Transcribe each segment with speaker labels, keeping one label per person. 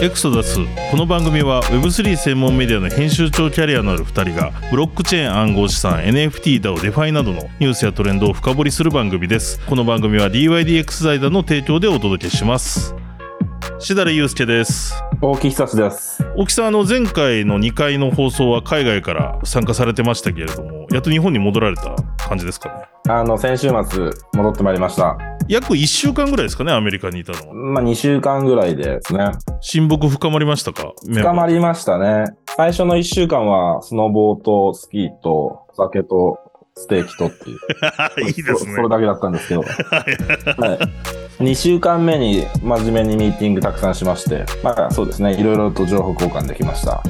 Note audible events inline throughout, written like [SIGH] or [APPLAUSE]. Speaker 1: エクソダスこの番組は Web3 専門メディアの編集長キャリアのある2人がブロックチェーン暗号資産 NFT だをデファイなどのニュースやトレンドを深掘りする番組ですこの番組は DYDX 財団の提供でお届けしますしだれゆうすけです
Speaker 2: 大木久志です。
Speaker 1: 大木さんあの前回の2回の放送は海外から参加されてましたけれどもやっと日本に戻られた感じですかね
Speaker 2: あの、先週末、戻ってまいりました。
Speaker 1: 約1週間ぐらいですかねアメリカにいたのは
Speaker 2: まあ、2週間ぐらいでですね。
Speaker 1: 親睦深まりましたかメンバー
Speaker 2: 深まりましたね。最初の1週間は、スノボーとスキーと、お酒と、ステーキとってい
Speaker 1: [LAUGHS]
Speaker 2: う。
Speaker 1: いいですね
Speaker 2: そそれだけだったんです
Speaker 1: [LAUGHS]
Speaker 2: けど。はい。2週間目に、真面目にミーティングたくさんしまして、まあ、そうですね。いろいろと情報交換できました。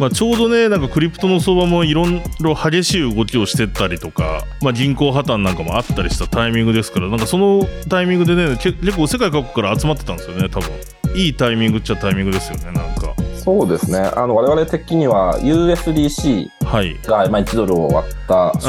Speaker 1: まあ、ちょうどねなんかクリプトの相場もいろいろ激しい動きをしてったりとか、まあ、銀行破綻なんかもあったりしたタイミングですからなんかそのタイミングでねけ結構世界各国から集まってたんですよね多分いいタイミングっちゃタイミングですよねなんか
Speaker 2: そうですね。あの、我々的には、USDC
Speaker 1: はい
Speaker 2: が、まあ、1ドルを割った週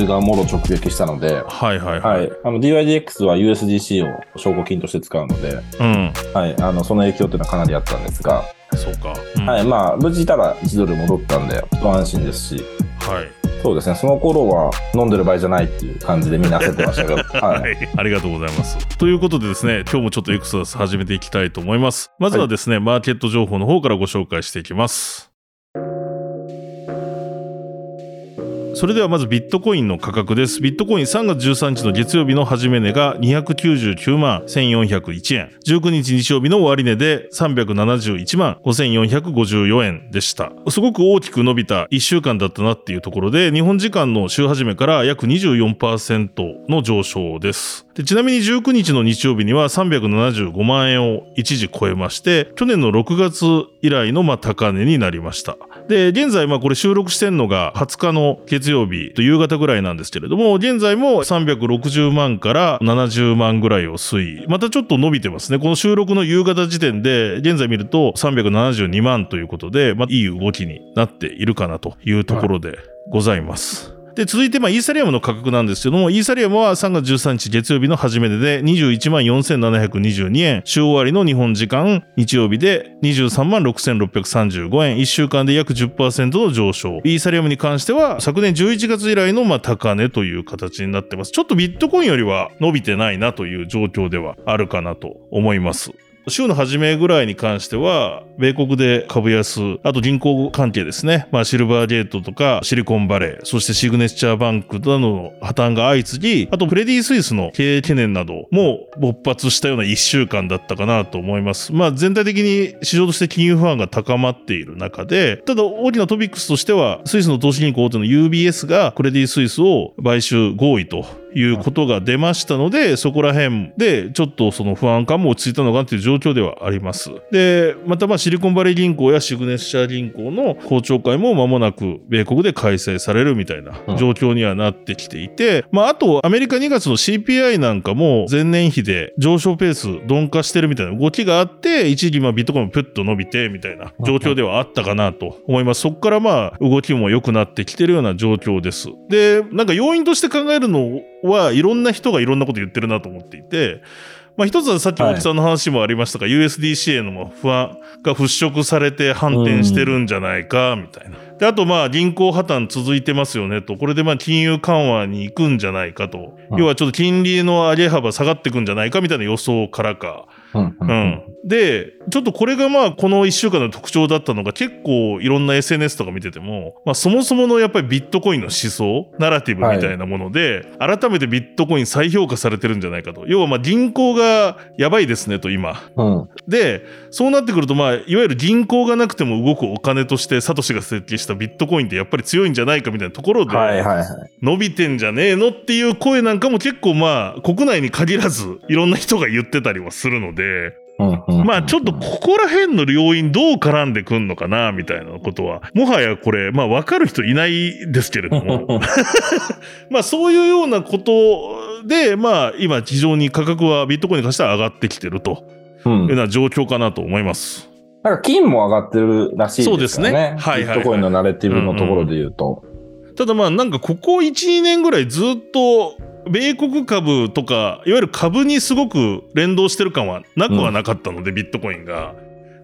Speaker 2: 末がもろ直撃したので、
Speaker 1: はいはいはい、
Speaker 2: はい、あの DYDX は USDC を証拠金として使うので、
Speaker 1: うん
Speaker 2: はい、あのその影響というのはかなりあったんですが、
Speaker 1: そうか、うん
Speaker 2: はいいまあ、無事いたら1ドル戻ったんで、一安心ですし、
Speaker 1: はい
Speaker 2: そうですね、その頃は飲んでる場合じゃないっていう感じでみんな焦ってまし
Speaker 1: [LAUGHS]
Speaker 2: たけど、
Speaker 1: は
Speaker 2: はい、
Speaker 1: い、ありがとうございます。ということでですね、今日もちょっとエクサス始めていきたいと思います。まずはですね、マーケット情報の方からご紹介していきます。それではまずビットコインの価格です。ビットコイン3月13日の月曜日の始め値が299万1401円。19日日曜日の終値で371万5454円でした。すごく大きく伸びた1週間だったなっていうところで、日本時間の週始めから約24%の上昇です。でちなみに19日の日曜日には375万円を一時超えまして、去年の6月以来のまあ高値になりました。で、現在、まあこれ収録してんのが20日の月曜日と夕方ぐらいなんですけれども、現在も360万から70万ぐらいを推移。またちょっと伸びてますね。この収録の夕方時点で、現在見ると372万ということで、まあいい動きになっているかなというところでございます。で、続いて、まあ、イーサリアムの価格なんですけども、イーサリアムは3月13日月曜日の初め値で21万4722円、週終わりの日本時間、日曜日で23万6635円、1週間で約10%の上昇。イーサリアムに関しては、昨年11月以来の、まあ、高値という形になってます。ちょっとビットコインよりは伸びてないなという状況ではあるかなと思います。週の初めぐらいに関しては、米国で株安、あと銀行関係ですね。まあ、シルバーゲートとかシリコンバレー、そしてシグネチャーバンクなどの破綻が相次ぎ、あとフレディ・スイスの経営懸念なども勃発したような一週間だったかなと思います。まあ、全体的に市場として金融不安が高まっている中で、ただ大きなトピックスとしては、スイスの投資銀行大手の UBS がクレディ・スイスを買収合意ということが出ましたので、そこら辺でちょっとその不安感も落ち着いたのかなという状況ではあります。で、またまあシリコンバレー銀行やシグネチャー銀行の公聴会も間もなく米国で開催されるみたいな
Speaker 2: うん
Speaker 1: 状況にはなってきていて、まああとアメリカ2月の CPI なんかも前年比で上昇ペース鈍化してるみたいな動きがあって、一時まあビットコインもプッと伸びてみたいな状況ではあったかなと思います。そこからまあ動きも良くなってきてるような状況です。で、なんか要因として考えるのはいろんな人がいろんなこと言ってるなと思っていて、まあ一つはさっき大木さんの話もありましたが、USDC へのまあ不安が払拭されて反転してるんじゃないか、みたいな。で、あとまあ銀行破綻続いてますよねと、これでまあ金融緩和に行くんじゃないかと。
Speaker 2: うん
Speaker 1: 要はちょっと金利の上げ幅下がっていくんじゃないかみたいな予想からか。
Speaker 2: うんうん
Speaker 1: うん、でちょっとこれがまあこの1週間の特徴だったのが結構いろんな SNS とか見てても、まあ、そもそものやっぱりビットコインの思想ナラティブみたいなもので、改めてビットコイン再評価されてるんじゃないかと要はまあ銀行がやばいですねと今
Speaker 2: うん
Speaker 1: でそうなってくるとまあいわゆる銀行がなくても動くお金としてサトシが設計したビットコインってやっぱり強いんじゃないかみたいなところで、
Speaker 2: はいはいはい。
Speaker 1: 伸びてんじゃねえのっていう声なんかも結構まあ国内に限らずいろんな人が言ってたりはするので
Speaker 2: うんうん
Speaker 1: まあちょっとここら辺の要因どう絡んでくんのかなみたいなことは、もはやこれ、まあわかる人いないですけれど
Speaker 2: [LAUGHS]
Speaker 1: も、まあそういうようなことで、まあ今非常に価格はビットコインに関しては上がってきてると
Speaker 2: う
Speaker 1: い
Speaker 2: ん
Speaker 1: うような状況かなと思います。
Speaker 2: なんか金も上がってるらしいですよね。
Speaker 1: そうですねはいはいはい
Speaker 2: ビットコインのナレティブのところで言うと。
Speaker 1: ただまあなんかここ1、2年ぐらいずっと米国株とか、いわゆる株にすごく連動してる感はなくはなかったので、ビットコインが。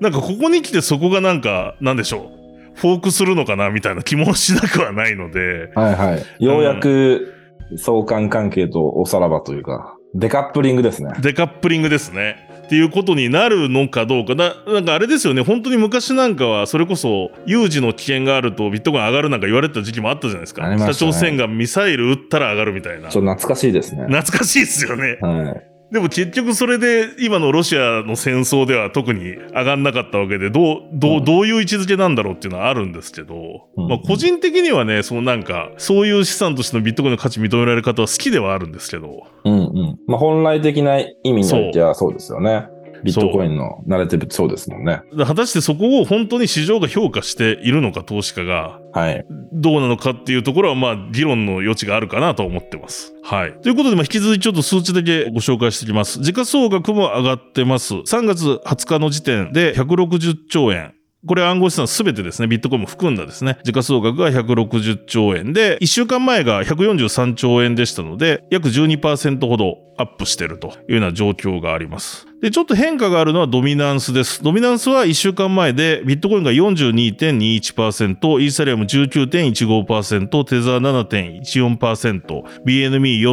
Speaker 1: なんかここに来てそこがなんか、なんでしょう。フォークするのかなみたいな気もしなくはないので。
Speaker 2: はいはい。ようやく相関関係とおさらばというか、デカップリングですね。
Speaker 1: デカップリングですね。っていうことになるのかどうかな、なんかあれですよね、本当に昔なんかは、それこそ有事の危険があるとビットコイン上がるなんか言われた時期もあったじゃないですか、
Speaker 2: ありま
Speaker 1: 北
Speaker 2: したね
Speaker 1: 朝鮮がミサイル撃ったら上がるみたいな、
Speaker 2: ちょっと懐かしいですね。
Speaker 1: 懐かしいですよね。
Speaker 2: はい。
Speaker 1: でも結局それで、今のロシアの戦争では特に上がんなかったわけで、どうど
Speaker 2: う
Speaker 1: うんどういう位置づけなんだろうっていうのはあるんですけど、
Speaker 2: うん
Speaker 1: まあ、個人的にはね、そのなんか、そういう資産としてのビットコインの価値認められる方は好きではあるんですけど。
Speaker 2: うんうん。まあ本来的な意味においてはそうですよね。ビットコインのナレティブってそうですもんね。
Speaker 1: 果たしてそこを本当に市場が評価しているのか投資家が
Speaker 2: はい。
Speaker 1: どうなのかっていうところはまあ議論の余地があるかなと思ってます。はい。ということで、まあ引き続きちょっと数値だけご紹介していきます。時価総額も上がってます。3月20日の時点で160兆円。これ暗号資産すべてですね、ビットコインも含んだですね、時価総額が160兆円で、1週間前が143兆円でしたので、約12%ほどアップしてるというような状況があります。で、ちょっと変化があるのはドミナンスです。ドミナンスは1週間前で、ビットコインが42.21%、イーサリアム19.15%、テザー7.14%、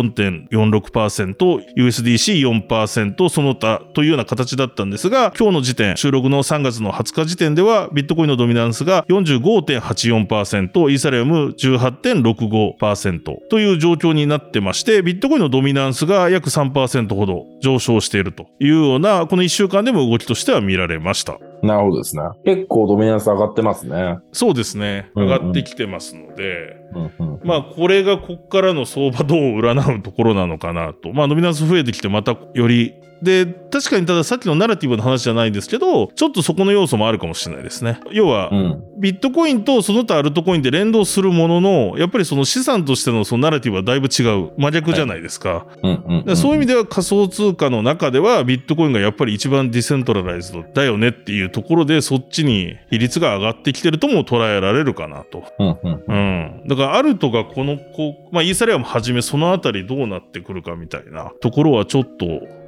Speaker 1: BNB4.46%、USDC4%、その他というような形だったんですが、今日の時点、収録の3月の20日時点では、ビットコインのドミナンスが45.84%、イーサリアム18.65%という状況になってまして、ビットコインのドミナンスが約3%ほど上昇しているというような、この1週間でも動きとしては見られました。
Speaker 2: なるほどですね。結構ドミナンス上がってますね。
Speaker 1: そうですね。
Speaker 2: うんう
Speaker 1: 上
Speaker 2: ん
Speaker 1: がってきてますので、
Speaker 2: うんうん。
Speaker 1: まあ、これがこっからの相場どう占うところなのかなと。まあ、ノミナンス増えてきて、またより。で、確かにたださっきのナラティブの話じゃないんですけど、ちょっとそこの要素もあるかもしれないですね。要は
Speaker 2: う、ん。
Speaker 1: ビットコインとその他アルトコインで連動するものの、やっぱりその資産としてのそのナラティブはだいぶ違う。真逆じゃないですか。
Speaker 2: うんうん、
Speaker 1: だからそういう意味では仮想通貨の中ではビットコインがやっぱり一番ディセントラライズドだよねっていうところでそっちに比率が上がってきてるとも捉えられるかなと。
Speaker 2: うんうん。
Speaker 1: うん。だから、あるとがこの子、まあ、イーサリアムはじめそのあたりどうなってくるかみたいなところはちょっと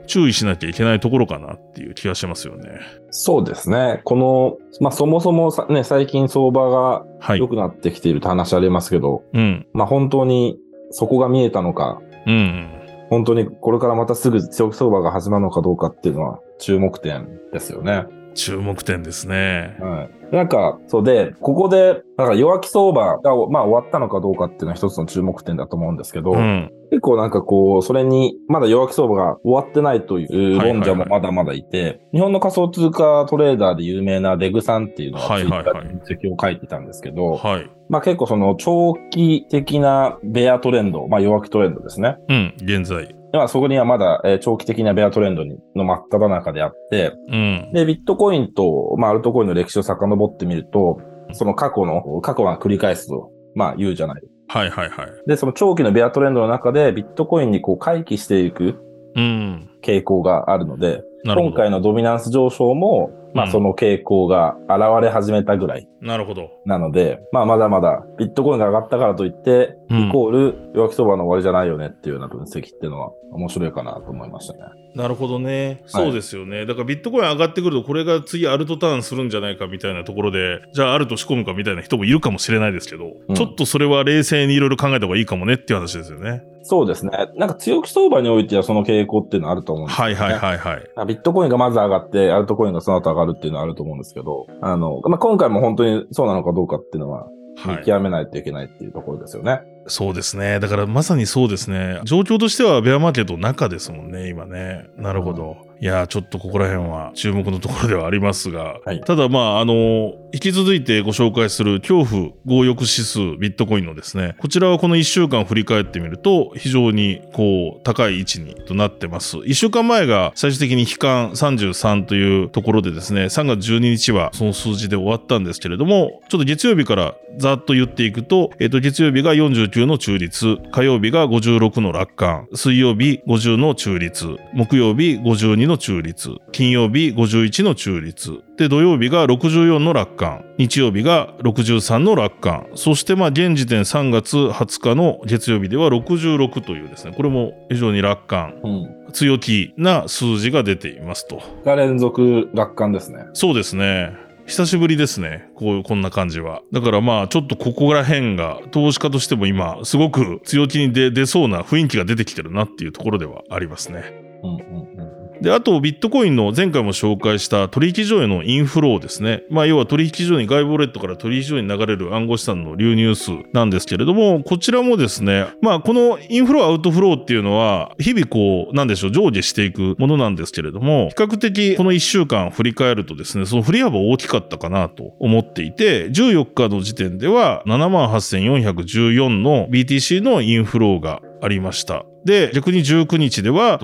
Speaker 1: 注意しなきゃいけないところかなっていう気がしますよね。
Speaker 2: そうですね。この、まあそもそもさね、最近相場が
Speaker 1: はい
Speaker 2: 良。くなってきているって話ありますけど、
Speaker 1: うん。
Speaker 2: まあ本当にそこが見えたのか、
Speaker 1: うん。
Speaker 2: 本当にこれからまたすぐ長期相場が始まるのかどうかっていうのは注目点ですよね。
Speaker 1: 注目点ですね。
Speaker 2: はい。なんか、そうで、ここで、なんか弱気相場が、まあ終わったのかどうかっていうのは一つの注目点だと思うんですけど、
Speaker 1: うん。
Speaker 2: 結構なんかこう、それに、まだ弱気相場が終わってないという
Speaker 1: はいはいはい
Speaker 2: 論者もまだまだいて、日本の仮想通貨トレーダーで有名なデグさんっていうの
Speaker 1: は
Speaker 2: はいツイ
Speaker 1: はいはい
Speaker 2: ッターに分析を書いてたんですけど、
Speaker 1: はい。
Speaker 2: まあ結構その長期的なベアトレンド、まあ弱気トレンドですね。
Speaker 1: うん。現在。
Speaker 2: でまあそこにはまだ、えー長期的なベアトレンドにの真っ只中であって、
Speaker 1: うん。
Speaker 2: で、ビットコインと、まあ、アルトコインの歴史を遡ってみると、その過去の、過去は繰り返すと、まあ、言うじゃない。
Speaker 1: はいはいはい。
Speaker 2: で、その長期のベアトレンドの中で、ビットコインにこう回帰していく
Speaker 1: うん。
Speaker 2: 傾向があるので、
Speaker 1: なるほ
Speaker 2: 今
Speaker 1: ど。
Speaker 2: 回のドミナンス上昇も、ま
Speaker 1: う
Speaker 2: あ、
Speaker 1: ん
Speaker 2: その傾向が現れ始めたぐらい
Speaker 1: なるほど。
Speaker 2: なので、まあ、まだまだ、ビットコインが上がったからといって、
Speaker 1: うん
Speaker 2: イコール弱気相場の終わりじゃないよねっていうような分析っていうのは面白いかなと思いましたね。
Speaker 1: なるほどね。そうですよね。だからビットコイン上がってくると、これが次アルトターンするんじゃないかみたいなところで、じゃあアルト仕込むかみたいな人もいるかもしれないですけど、
Speaker 2: うん
Speaker 1: ちょっとそれは冷静にいろいろ考えた方がいいかもねっていう話ですよね。
Speaker 2: そうですね。なんか強気相場においてはその傾向っていうのはあると思うんですよ
Speaker 1: はい
Speaker 2: ね。
Speaker 1: はいはいはい。
Speaker 2: あビットコインがまず上がって、アルトコインがその後上がるっていうのはあると思うんですけど、あの、まあ、今回も本当にそうなのかどうかっていうのは、
Speaker 1: は
Speaker 2: 見
Speaker 1: い、
Speaker 2: 極めないといけないっていうところですよね。
Speaker 1: そうですね。だからまさにそうですね。状況としてはベアマーケットの中ですもんね、今ね。なるほど。いやー、ちょっとここら辺は注目のところではありますが、
Speaker 2: はい
Speaker 1: ただまあ、あの、引き続いてご紹介する恐怖強欲指数ビットコインのですね、こちらはこの1週間振り返ってみると、非常にこう、高い位置にとなってます。1週間前が最終的に悲観33というところでですね、3月12日はその数字で終わったんですけれども、ちょっと月曜日からざっと言っていくと、えっと、月曜日が49 49の中立、火曜日が56の楽観、水曜日50の中立、木曜日52の中立、金曜日51の中立、で、土曜日が64の楽観、日曜日が63の楽観、そしてまあ現時点3月20日の月曜日では66というですね、これも非常に楽観、
Speaker 2: うん。
Speaker 1: 強気な数字が出ていますと。
Speaker 2: が連続楽観ですね。
Speaker 1: そうですね。久しぶりですね。こう、こんな感じは。だからまあ、ちょっとここら辺が、投資家としても今、すごく強気に出、出そうな雰囲気が出てきてるなっていうところではありますね。
Speaker 2: うんうんうん。
Speaker 1: で、あと、ビットコインの前回も紹介した取引所へのインフローですね。まあ、要は取引所に外部ウォレットから取引所に流れる暗号資産の流入数なんですけれども、こちらもですね、まあ、このインフローアウトフローっていうのは、日々こう、なんでしょう、上下していくものなんですけれども、比較的この1週間振り返るとですね、その振り幅大きかったかなと思っていて、14日の時点では78,414の BTC のインフローがありました。で、逆に19日では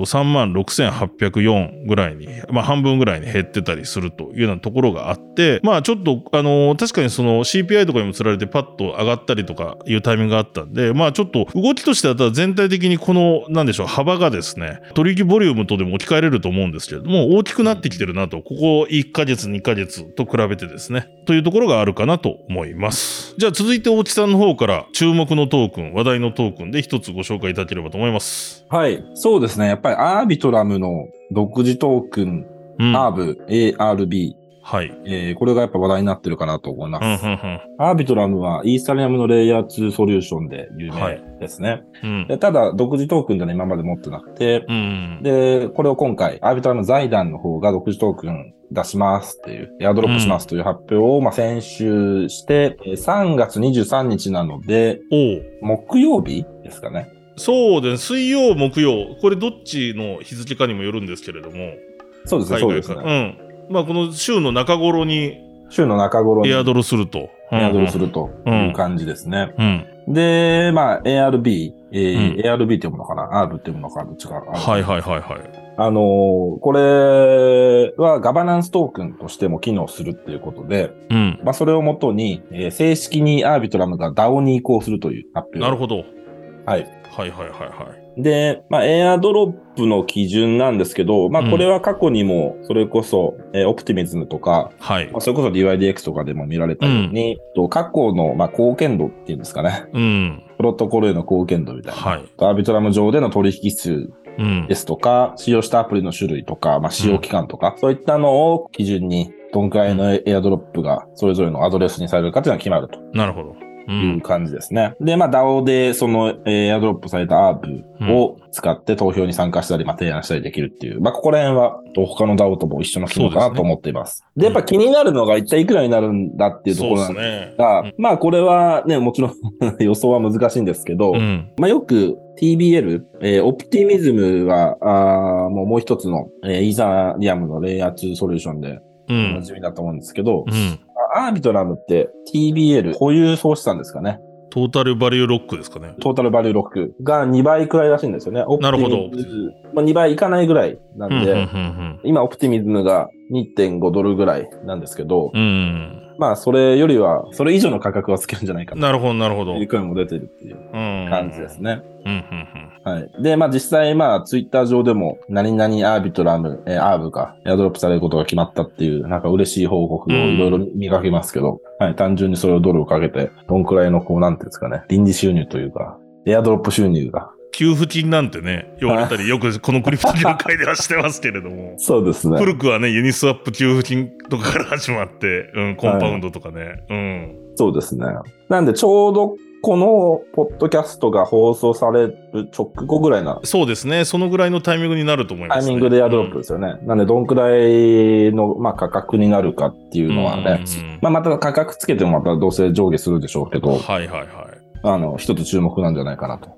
Speaker 1: 36,804ぐらいに、まあ半分ぐらいに減ってたりするというようなところがあって、まあちょっと、あのー確かにその CPI とかにもつられてパッと上がったりとかいうタイミングがあったんで、まあちょっと動きとしてはただ全体的にこの、なんでしょう、幅がですね、取引ボリュームとでも置き換えれると思うんですけれども、大きくなってきてるなと、ここ1ヶ月、2ヶ月と比べてですね、というところがあるかなと思います。じゃあ続いて大木さんの方から、注目のトークン、話題のトークンで一つご紹介いただければと思います。
Speaker 2: はい。そうですね。やっぱりアービトラムの独自トークン、
Speaker 1: うん。
Speaker 2: アー
Speaker 1: は
Speaker 2: ブ、ARB、
Speaker 1: い。
Speaker 2: えーこれがやっぱ話題になってるかなと思います。
Speaker 1: うん、うん、
Speaker 2: アービトラムはイーサリアムのレイヤー2ソリューションで有
Speaker 1: はい
Speaker 2: 名ですね。
Speaker 1: うん。
Speaker 2: でただ、独自トークンでね、今まで持ってなくて、
Speaker 1: うん。
Speaker 2: で、これを今回、アービトラム財団の方が独自トークン出しますっていう、エアドロップしますという発表を、まあ、先週して、えー3月23日なので、
Speaker 1: おう
Speaker 2: 木曜日ですかね。
Speaker 1: そうですね。水曜、木曜。これどっちの日付かにもよるんですけれども。
Speaker 2: そうで
Speaker 1: 海
Speaker 2: すね、そう
Speaker 1: 外
Speaker 2: です
Speaker 1: から。
Speaker 2: ね。
Speaker 1: うん。まあ、この週の中頃に
Speaker 2: 週の中頃に
Speaker 1: エ
Speaker 2: エ
Speaker 1: アドロすると。うん
Speaker 2: アドロす。るという感じですね。
Speaker 1: うん。
Speaker 2: で、まあ、ARB、えー
Speaker 1: うん
Speaker 2: ARB って読むのかな ?R って読むのかどっちか。
Speaker 1: はいはいはいはい。
Speaker 2: あのーこれはガバナンストークンとしても機能するっていうことで、
Speaker 1: うん。
Speaker 2: まあ、それをもとに、えー正式にアービトラムが DAO に移行するという発表。
Speaker 1: なるほど。
Speaker 2: はい。
Speaker 1: はいはいはいはい。
Speaker 2: で、まあ、エアドロップの基準なんですけど、ま
Speaker 1: う
Speaker 2: あ、
Speaker 1: ん
Speaker 2: これは過去にも、それこそ、えーオプティミズムとか、
Speaker 1: はい
Speaker 2: まあ。それこそ DYDX とかでも見られたように、と過去の、まあ、貢献度っていうんですかね。
Speaker 1: うん。
Speaker 2: プロトコルへの貢献度みたいな。
Speaker 1: はい。
Speaker 2: アービトラム上での取引数
Speaker 1: うん
Speaker 2: で。すとか、使用したアプリの種類とか、まあ、使用期間とか、そういったのを基準に、どんくらいのエアドロップがそれぞれのアドレスにされるかというのが決まると
Speaker 1: なるほど。う。
Speaker 2: いうん感じですね。で、まあ、DAO でそのエアドロップされたアーブを使って投票に参加したり、まあ、提案したりできるっていう、まあ、ここら辺は他の DAO とも一緒の機能か
Speaker 1: そうです
Speaker 2: な
Speaker 1: ね
Speaker 2: と思っています。で、やっぱ気になるのが一体いくらになるんだっていうとこ
Speaker 1: そう
Speaker 2: ろ
Speaker 1: で
Speaker 2: なん
Speaker 1: す
Speaker 2: です
Speaker 1: ね。
Speaker 2: が、
Speaker 1: うん
Speaker 2: まあ、これはね、もちろん [LAUGHS] 予想は難しいんですけど、
Speaker 1: うん。
Speaker 2: まあ、よく TBL、えーオプティミズムは、あーもうもう一つの、えーイーサリアムのレイヤー2ソリューションで
Speaker 1: う。
Speaker 2: おなんじみだと思うんですけど、
Speaker 1: うん。
Speaker 2: アービトラムって TBL、保有総資産ですかね。
Speaker 1: トータルバリューロックですかね。
Speaker 2: トータルバリューロックが2倍くらいらしいんですよね。
Speaker 1: なるほど
Speaker 2: オプティミズムまあ、2倍いかないぐらいな
Speaker 1: うん。
Speaker 2: ん
Speaker 1: うん
Speaker 2: で、
Speaker 1: うん
Speaker 2: 今オプティミズムが2.5ドルぐらいなんですけど、
Speaker 1: うん。うん。
Speaker 2: まあそれよりは、それ以上の価格はつけるんじゃないかな。
Speaker 1: なるほど、なるほど。
Speaker 2: と
Speaker 1: う。
Speaker 2: いうん声も出てるっていう感じですね。
Speaker 1: うん。うん。
Speaker 2: はい。で、まあ実際、まあツイッター上でも、何々アービトラム、えーアーブがエアドロップされることが決まったっていう、なんか嬉しい報告を
Speaker 1: うん
Speaker 2: いろいろ見かけますけど、はい。単純にそれをドルをかけて、どんくらいの、こう、なんていうんですかね、臨時収入というか、エアドロップ収入が。
Speaker 1: 給付金なんてね、言われたり、よくこのクリプト業界ではしてますけれども。
Speaker 2: そうですね。
Speaker 1: 古くはね、ユニスワップ給付金とかから始まって、うん、コンパウンドとかね。うん。
Speaker 2: そうですね。なんで、ちょうど、この、ポッドキャストが放送される直後ぐらいな
Speaker 1: そうですね。そのぐらいのタイミングになると思いま
Speaker 2: タ
Speaker 1: す、
Speaker 2: イ
Speaker 1: ね。
Speaker 2: ミングでエアドロップですよね。なんで、どんくらいの、まあ価格になるかっていうのはね、
Speaker 1: うん
Speaker 2: まあ、また価格つけてもまたどうせ上下するでしょうけど、
Speaker 1: はいはいはい。
Speaker 2: あの、一つ注目なんじゃないかなと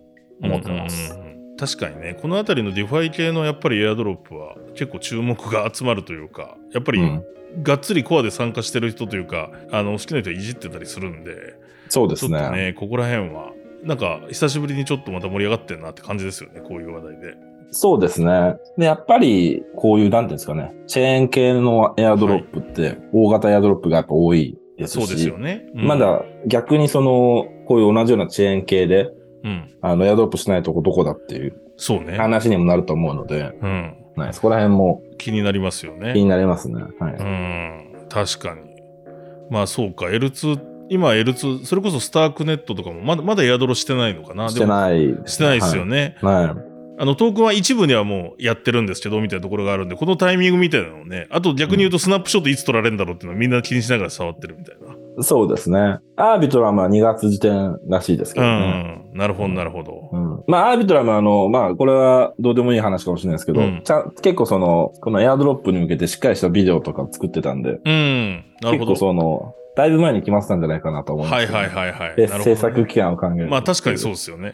Speaker 2: 思ってます。
Speaker 1: うんうんうん確かにね、この辺りのディファイ系のやっぱりエアドロップは結構注目が集まるというか、やっぱり
Speaker 2: うん
Speaker 1: がっつりコアで参加してる人というか、あの、好きな人はいじってたりするんで、
Speaker 2: そうで
Speaker 1: ちょ
Speaker 2: す
Speaker 1: っと
Speaker 2: ね。
Speaker 1: ね、ここら辺は、なんか久しぶりにちょっとまた盛り上がってんなって感じですよね、こういう話題で。
Speaker 2: そうですね。で、やっぱり、こういう、なんていうんですかね、チェーン系のエアドロップって、大型エアドロップがやっぱ多いですし、
Speaker 1: そうですよね。うん
Speaker 2: まだ逆にその、こういう同じようなチェーン系で、
Speaker 1: うん。
Speaker 2: あの、エアドロップしないとこどこだっていう
Speaker 1: そうね。
Speaker 2: 話にもなると思うので、
Speaker 1: うん。
Speaker 2: はい、そこら辺も
Speaker 1: 気になりますよね。
Speaker 2: 気になりますね。は
Speaker 1: う
Speaker 2: い。
Speaker 1: ん、確かに。まあそうか、L2、今 L2、それこそスタークネットとかも、まだ、まだエアドロしてないのかな
Speaker 2: して
Speaker 1: い。
Speaker 2: ない、
Speaker 1: してないですよ
Speaker 2: ね。
Speaker 1: ね。
Speaker 2: はい。
Speaker 1: あの、トークンは一部ではもうやってるんですけど、みたいなところがあるんで、このタイミングみたいなのをね、あと逆に言うとスナップショットいつ撮られるんだろうっていうのはみんな気にしながら触ってるみたいな。
Speaker 2: そうですね。アービトラムは2月時点らしいですけどね。
Speaker 1: うん。なるほど、なるほど。
Speaker 2: うんまあ、アービトラムはあの、まあ、これはどうでもいい話かもしれないですけど、
Speaker 1: うん
Speaker 2: ちゃん結構その、このエアドロップに向けてしっかりしたビデオとか作ってたんで、
Speaker 1: うん。なる
Speaker 2: 結
Speaker 1: ほ
Speaker 2: 構
Speaker 1: ど。
Speaker 2: その、だいぶ前に決まってたんじゃないかなと思います、
Speaker 1: はいはいはいはい。
Speaker 2: で、
Speaker 1: なるほど
Speaker 2: 制作期間を考えると。
Speaker 1: まあ確かに
Speaker 2: [LAUGHS]
Speaker 1: そうですよね。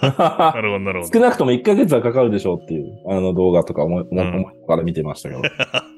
Speaker 1: なるほど、なるほ
Speaker 2: 少
Speaker 1: ど。
Speaker 2: なくとも1ヶ月はかかるでしょうっていう、あの動画とか思い、思い
Speaker 1: うん
Speaker 2: 思いながら見てまし
Speaker 1: [LAUGHS]
Speaker 2: たけど。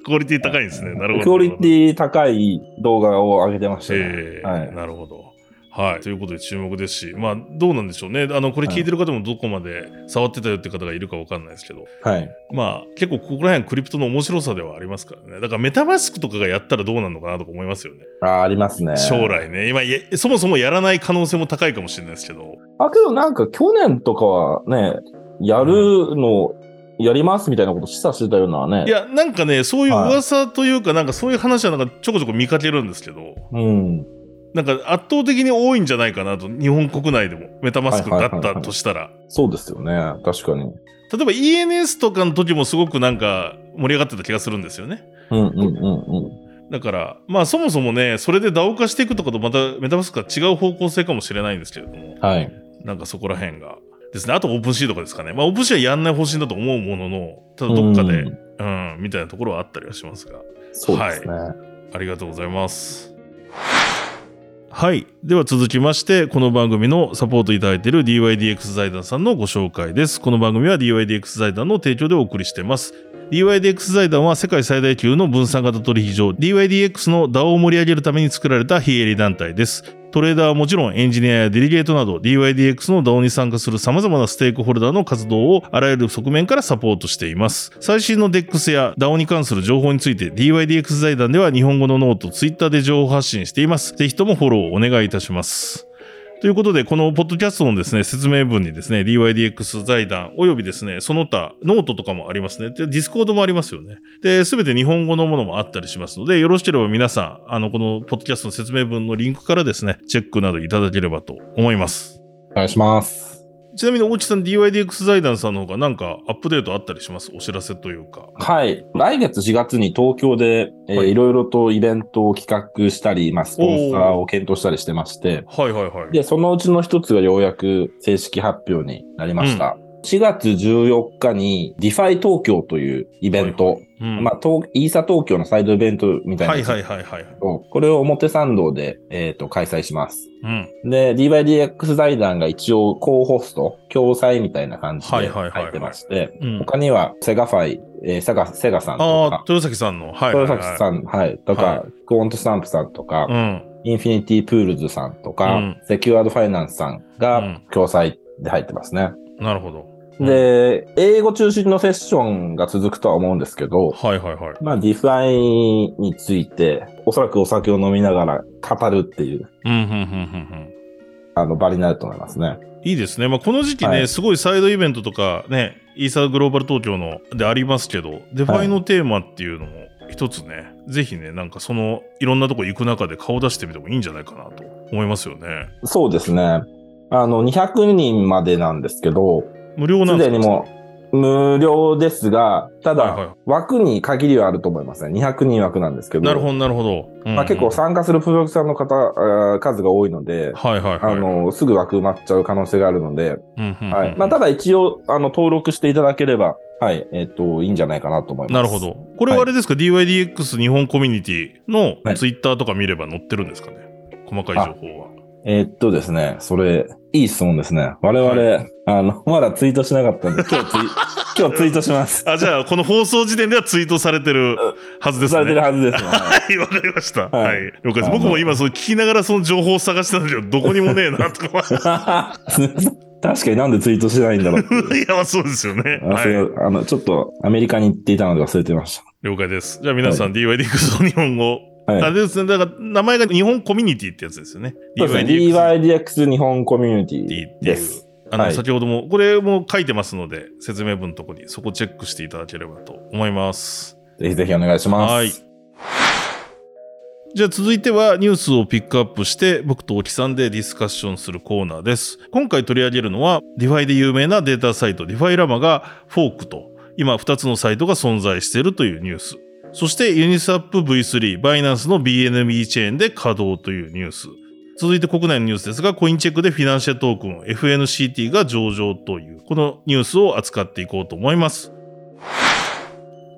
Speaker 1: クオリティ高いんですね。なるほど。
Speaker 2: クオリティ高い動画を上げてましたね。
Speaker 1: ええ
Speaker 2: はい
Speaker 1: なるほど。はい。ということで注目ですし、まあどうなんでしょうね。あの、これ聞いてる方もどこまで触ってたよって方がいるかわかんないですけど、
Speaker 2: はい。
Speaker 1: まあ結構ここら辺クリプトの面白さではありますからね。だからメタマスクとかがやったらどうなるのかなとか思いますよね。
Speaker 2: あーありますね。
Speaker 1: 将。来ね。今、いえそもそもやらない可能性も高いかもしれないですけど。
Speaker 2: あ、けどなんか去年とかはね、やるの、やりますみたいなこと示唆してたようなね。
Speaker 1: いや、なんかね、そういう噂というか、なんかそういう話はなんかちょこちょこ見かけるんですけど、
Speaker 2: うん。
Speaker 1: なんか圧倒的に多いんじゃないかなと、日本国内でも。メタマスクだったとしたら。
Speaker 2: そうですよね。確かに。
Speaker 1: 例えば ENS とかの時もすごくなんか盛り上がってた気がするんですよね。
Speaker 2: うんうんうんうん。
Speaker 1: だから、まあそもそもね、それで DAO 化していくとかとまたメタバースクが違う方向性かもしれないんですけれども、
Speaker 2: はい。
Speaker 1: なんかそこら辺が。ですね。あとオープンシーとかですかね。まあオープンシーはやんない方針だと思うものの、ただどっかで、
Speaker 2: うん
Speaker 1: うん、みたいなところはあったりはしますが。
Speaker 2: そうですね。
Speaker 1: ありがとうございます。はい。では続きまして、この番組のサポートいただいている DYDX 財団さんのご紹介です。この番組は DYDX 財団の提供でお送りしています。DYDX 財団は世界最大級の分散型取引所 DYDX の DAO を盛り上げるために作られた非営利団体です。トレーダーはもちろんエンジニアやデリゲートなど DYDX の DAO に参加する様々なステークホルダーの活動をあらゆる側面からサポートしています。最新の DEX や DAO に関する情報について DYDX 財団では日本語のノート、Twitter で情報発信しています。ぜひともフォローお願いいたします。ということで、このポッドキャストのですね、説明文にですね、DYDX 財団およびですね、その他、ノートとかもありますね。で、ディスコードもありますよね。で、すべて日本語のものもあったりしますので、よろしければ皆さん、あの、このポッドキャストの説明文のリンクからですね、チェックなどいただければと思います。
Speaker 2: お願いします。
Speaker 1: ちなみに、大地さん、DYDX 財団さんの方がなんかアップデートあったりしますお知らせというか。
Speaker 2: はい。来月4月に東京で、えー
Speaker 1: はい
Speaker 2: い、ろいろとイベントを企画したり、まあ、スポンサーを検討したりしてまして、
Speaker 1: はいはいはい。
Speaker 2: で、そのうちの一つがようやく正式発表になりました。4月14日に DeFi 東京というイベント、
Speaker 1: うん。
Speaker 2: まあ、東イーサ東京のサイドイベントみたいな
Speaker 1: は
Speaker 2: や
Speaker 1: い
Speaker 2: つ
Speaker 1: はいはいはい。
Speaker 2: を、これを表参道で、えっと開催します。
Speaker 1: うん。
Speaker 2: で、DYDX 財団が一応コーホスト、共催みたいな感じ
Speaker 1: はい
Speaker 2: で
Speaker 1: はいはいはい
Speaker 2: 入ってまして、
Speaker 1: うん。
Speaker 2: 他にはセガファイ、えーセガ、セガさんと
Speaker 1: ああ
Speaker 2: か、、
Speaker 1: 豊崎さんの。はいはい、はい。
Speaker 2: 豊崎さん、はい、と
Speaker 1: は
Speaker 2: か、クオントスタンプさんとか、
Speaker 1: うん。
Speaker 2: インフィニティプールズさんとか、
Speaker 1: うん
Speaker 2: セキュアードファイナンスさ
Speaker 1: う
Speaker 2: ん
Speaker 1: ん
Speaker 2: が共催で入ってますね。
Speaker 1: なるほど。うん、
Speaker 2: で、英語中心のセッションが続くとは思うんですけど、
Speaker 1: はいはいはい。
Speaker 2: まあ、ディファイについて、おそらくお酒を飲みながら語るっていう、
Speaker 1: うん、うん、うん、うん、
Speaker 2: あの、場になると思いますね。
Speaker 1: うん。いいですね。まあ、この時期ね、
Speaker 2: はい
Speaker 1: すごいサイドイベントとかね、イーサーグローバル東京のでありますけど、デファイのテーマっていうのも一つね、ぜひね、なんかその、いろんなとこ行く中で顔出してみてもいいんじゃないかなと思いますよね。
Speaker 2: そうですね。あの、200人までなんですけど、
Speaker 1: 無料なん
Speaker 2: す
Speaker 1: です
Speaker 2: で
Speaker 1: か
Speaker 2: にもう無料ですが、た
Speaker 1: はい
Speaker 2: だ
Speaker 1: は
Speaker 2: 枠に限りはあると思いますね。200人枠なんですけ
Speaker 1: い。
Speaker 2: ど。
Speaker 1: なるほど、なるほど。うん
Speaker 2: まあ、結構、参加するプロジェクターの方、あー数が多いので、
Speaker 1: はいはいはい。
Speaker 2: あ、の、すぐ枠埋まっちゃう可能性があるので、
Speaker 1: うんうんうん
Speaker 2: はい。まあ、ただ一応、あの、登録していただければ、はい、えっ、と、いいんじゃないかなと思います。
Speaker 1: なるほ。ど。これはあれですか、DYDX 日本コミュニティの
Speaker 2: はい
Speaker 1: ツイッターとか見れば載ってるんですかね、細かい情報は。
Speaker 2: えーっとですね、それ、いい質問ですね。我々、あの、まだツイートしなかったんで、
Speaker 1: [LAUGHS]
Speaker 2: 今日ツイ、今日ツイートします。
Speaker 1: あ、じゃあ、この放送時点ではツイートされてるはずです
Speaker 2: されてる
Speaker 1: ね。
Speaker 2: はずですね。は
Speaker 1: はい、
Speaker 2: い
Speaker 1: わかりました。は
Speaker 2: はいい。
Speaker 1: 了解です。
Speaker 2: あの
Speaker 1: 僕も今、その聞きながらその情報を探してたんだけど、どこにもねえ
Speaker 2: [LAUGHS]
Speaker 1: な、とか。
Speaker 2: 確かになんでツイートしないんだろう
Speaker 1: [LAUGHS]
Speaker 2: っていう。
Speaker 1: いや、そうですよね。
Speaker 2: あ
Speaker 1: は
Speaker 2: それ
Speaker 1: い。
Speaker 2: あの、ちょっとアメリカに行っていたので忘れてまし
Speaker 1: 了解です。じゃあ、皆さん、DYDX の日本語。
Speaker 2: た。
Speaker 1: あ
Speaker 2: はい。
Speaker 1: れですね。だから、名前が日本コミュニティってやつですよね。
Speaker 2: そうですね DYDX 日本コミュニティ
Speaker 1: DYDX
Speaker 2: です。
Speaker 1: あの、
Speaker 2: はい
Speaker 1: 先ほども、これも書いてますので、説明文のとこに、そこチェックしていただければと思います。
Speaker 2: ぜひぜひお願いします。
Speaker 1: はいじゃあ続いてはニュースをピックアップして僕と沖さんでディスカッションするコーナーです。今回取り上げるのは DeFi で有名なデータサイト DeFi ラマがフォークと今2つのサイトが存在しているというニュース。そしてユニスアップ V3、バイナンスの BNB チェーンで稼働というニュース。続いて国内のニュースですが、コインチェックでフィナンシェトークン FNCT が上場という、このニュースを扱っていこうと思います。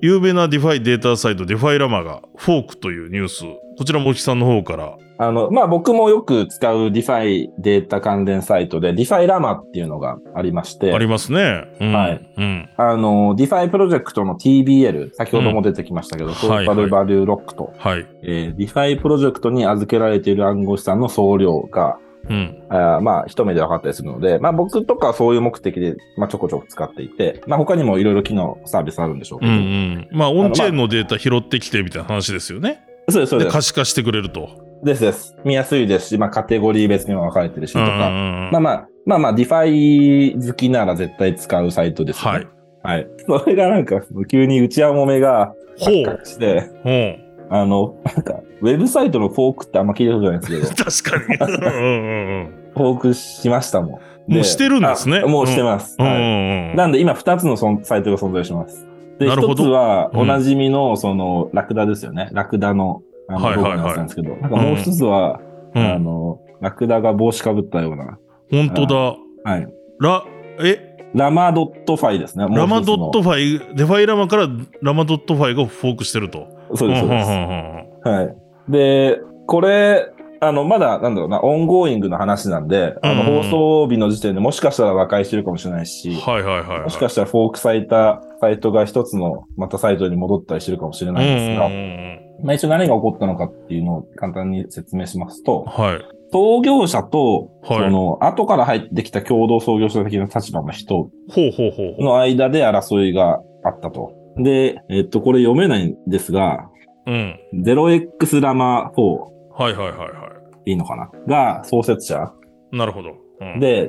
Speaker 1: 有名なディファイデータサイトディファイラマがフォークというニュース。こちらもおきさんの方から。
Speaker 2: あの、まあ、僕もよく使う DeFi データ関連サイトで DeFi ラマっていうのがありまして、
Speaker 1: ありますね。うん、
Speaker 2: はい。
Speaker 1: うん。
Speaker 2: あの、DeFi プロジェクトの TBL、先ほども出てきましたけど、トータルバリューロックと、
Speaker 1: はい。
Speaker 2: えー DeFi プロジェクトに預けられている暗号資産の総量が、
Speaker 1: うん。
Speaker 2: あーまあ、一目で分かったりするので、まあ、僕とかはそういう目的で、まあ、ちょこちょこ使っていて、まあ、他にもいろいろ機能、サービスあるんでしょうけ
Speaker 1: う
Speaker 2: ど、
Speaker 1: んうん。まあ、オンチェーンのデータ拾ってきてみたいな話ですよね。
Speaker 2: そうです、そう
Speaker 1: で、
Speaker 2: です。
Speaker 1: 可視化してくれると。
Speaker 2: ですです。見やすいですし、まあ、カテゴリー別にも分かれてるしと
Speaker 1: うんう
Speaker 2: か、
Speaker 1: んうん
Speaker 2: まあまあ、まあまあ、ディファイ好きなら絶対使うサイトです、ね。
Speaker 1: はい。。
Speaker 2: はい。それがなんか、その急に内輪もめが
Speaker 1: ほう。
Speaker 2: 発覚して、
Speaker 1: うん。
Speaker 2: あの、なんか、ウェブサイトのフォークってあんま聞いたことないんですけ
Speaker 1: [LAUGHS]
Speaker 2: ど、
Speaker 1: 確かに。うんうん
Speaker 2: フォークしましたもん。
Speaker 1: もうしてるんですね
Speaker 2: あもうしてます。
Speaker 1: うん。うんう
Speaker 2: はい
Speaker 1: んうん。
Speaker 2: なんで今2つのそんサイトが存在します。で、
Speaker 1: なるほ
Speaker 2: 1
Speaker 1: ど
Speaker 2: つは、
Speaker 1: うん
Speaker 2: おなじみの、その、ラクダですよね。ラクダの、あの、
Speaker 1: はいはいはい
Speaker 2: ロゴのやつなんですけど、なんかもう1つは、
Speaker 1: う
Speaker 2: あ
Speaker 1: ん。
Speaker 2: の、ラクダが帽子かぶったような、
Speaker 1: 本当
Speaker 2: はい。
Speaker 1: だ。ラ、え、
Speaker 2: ラマドットファイですね。もう一つの
Speaker 1: ラマドットファイ、デファイラマからラマドットファイがフォークしてると。
Speaker 2: そうです、そうです
Speaker 1: ん。んうんうん
Speaker 2: はい。で、これ、あの、まだ、なんだろうな、オンゴーイングの話なんで、あの、
Speaker 1: うん
Speaker 2: 放送日の時点でもしかしたら和解してるかもしれないし、
Speaker 1: はいはいはいはい。
Speaker 2: もしかしたらフォークされたサイトが一つの、またサイトに戻ったりしてるかもしれないんですが、
Speaker 1: うんうんうん
Speaker 2: まあ一応何が起こったのかっていうのを簡単に説明しますと、
Speaker 1: はい。
Speaker 2: 創業者と、
Speaker 1: はい
Speaker 2: その、後から入ってきた共同創業者的な立場の人
Speaker 1: ほうほうほうほう。
Speaker 2: の間で争いがあったと。で、えっと、これ読めないんですが、
Speaker 1: うん。
Speaker 2: 0x ラマ4。
Speaker 1: はいはいはいはい
Speaker 2: いのかなが創設者
Speaker 1: い。なるほど。うん、、
Speaker 2: で、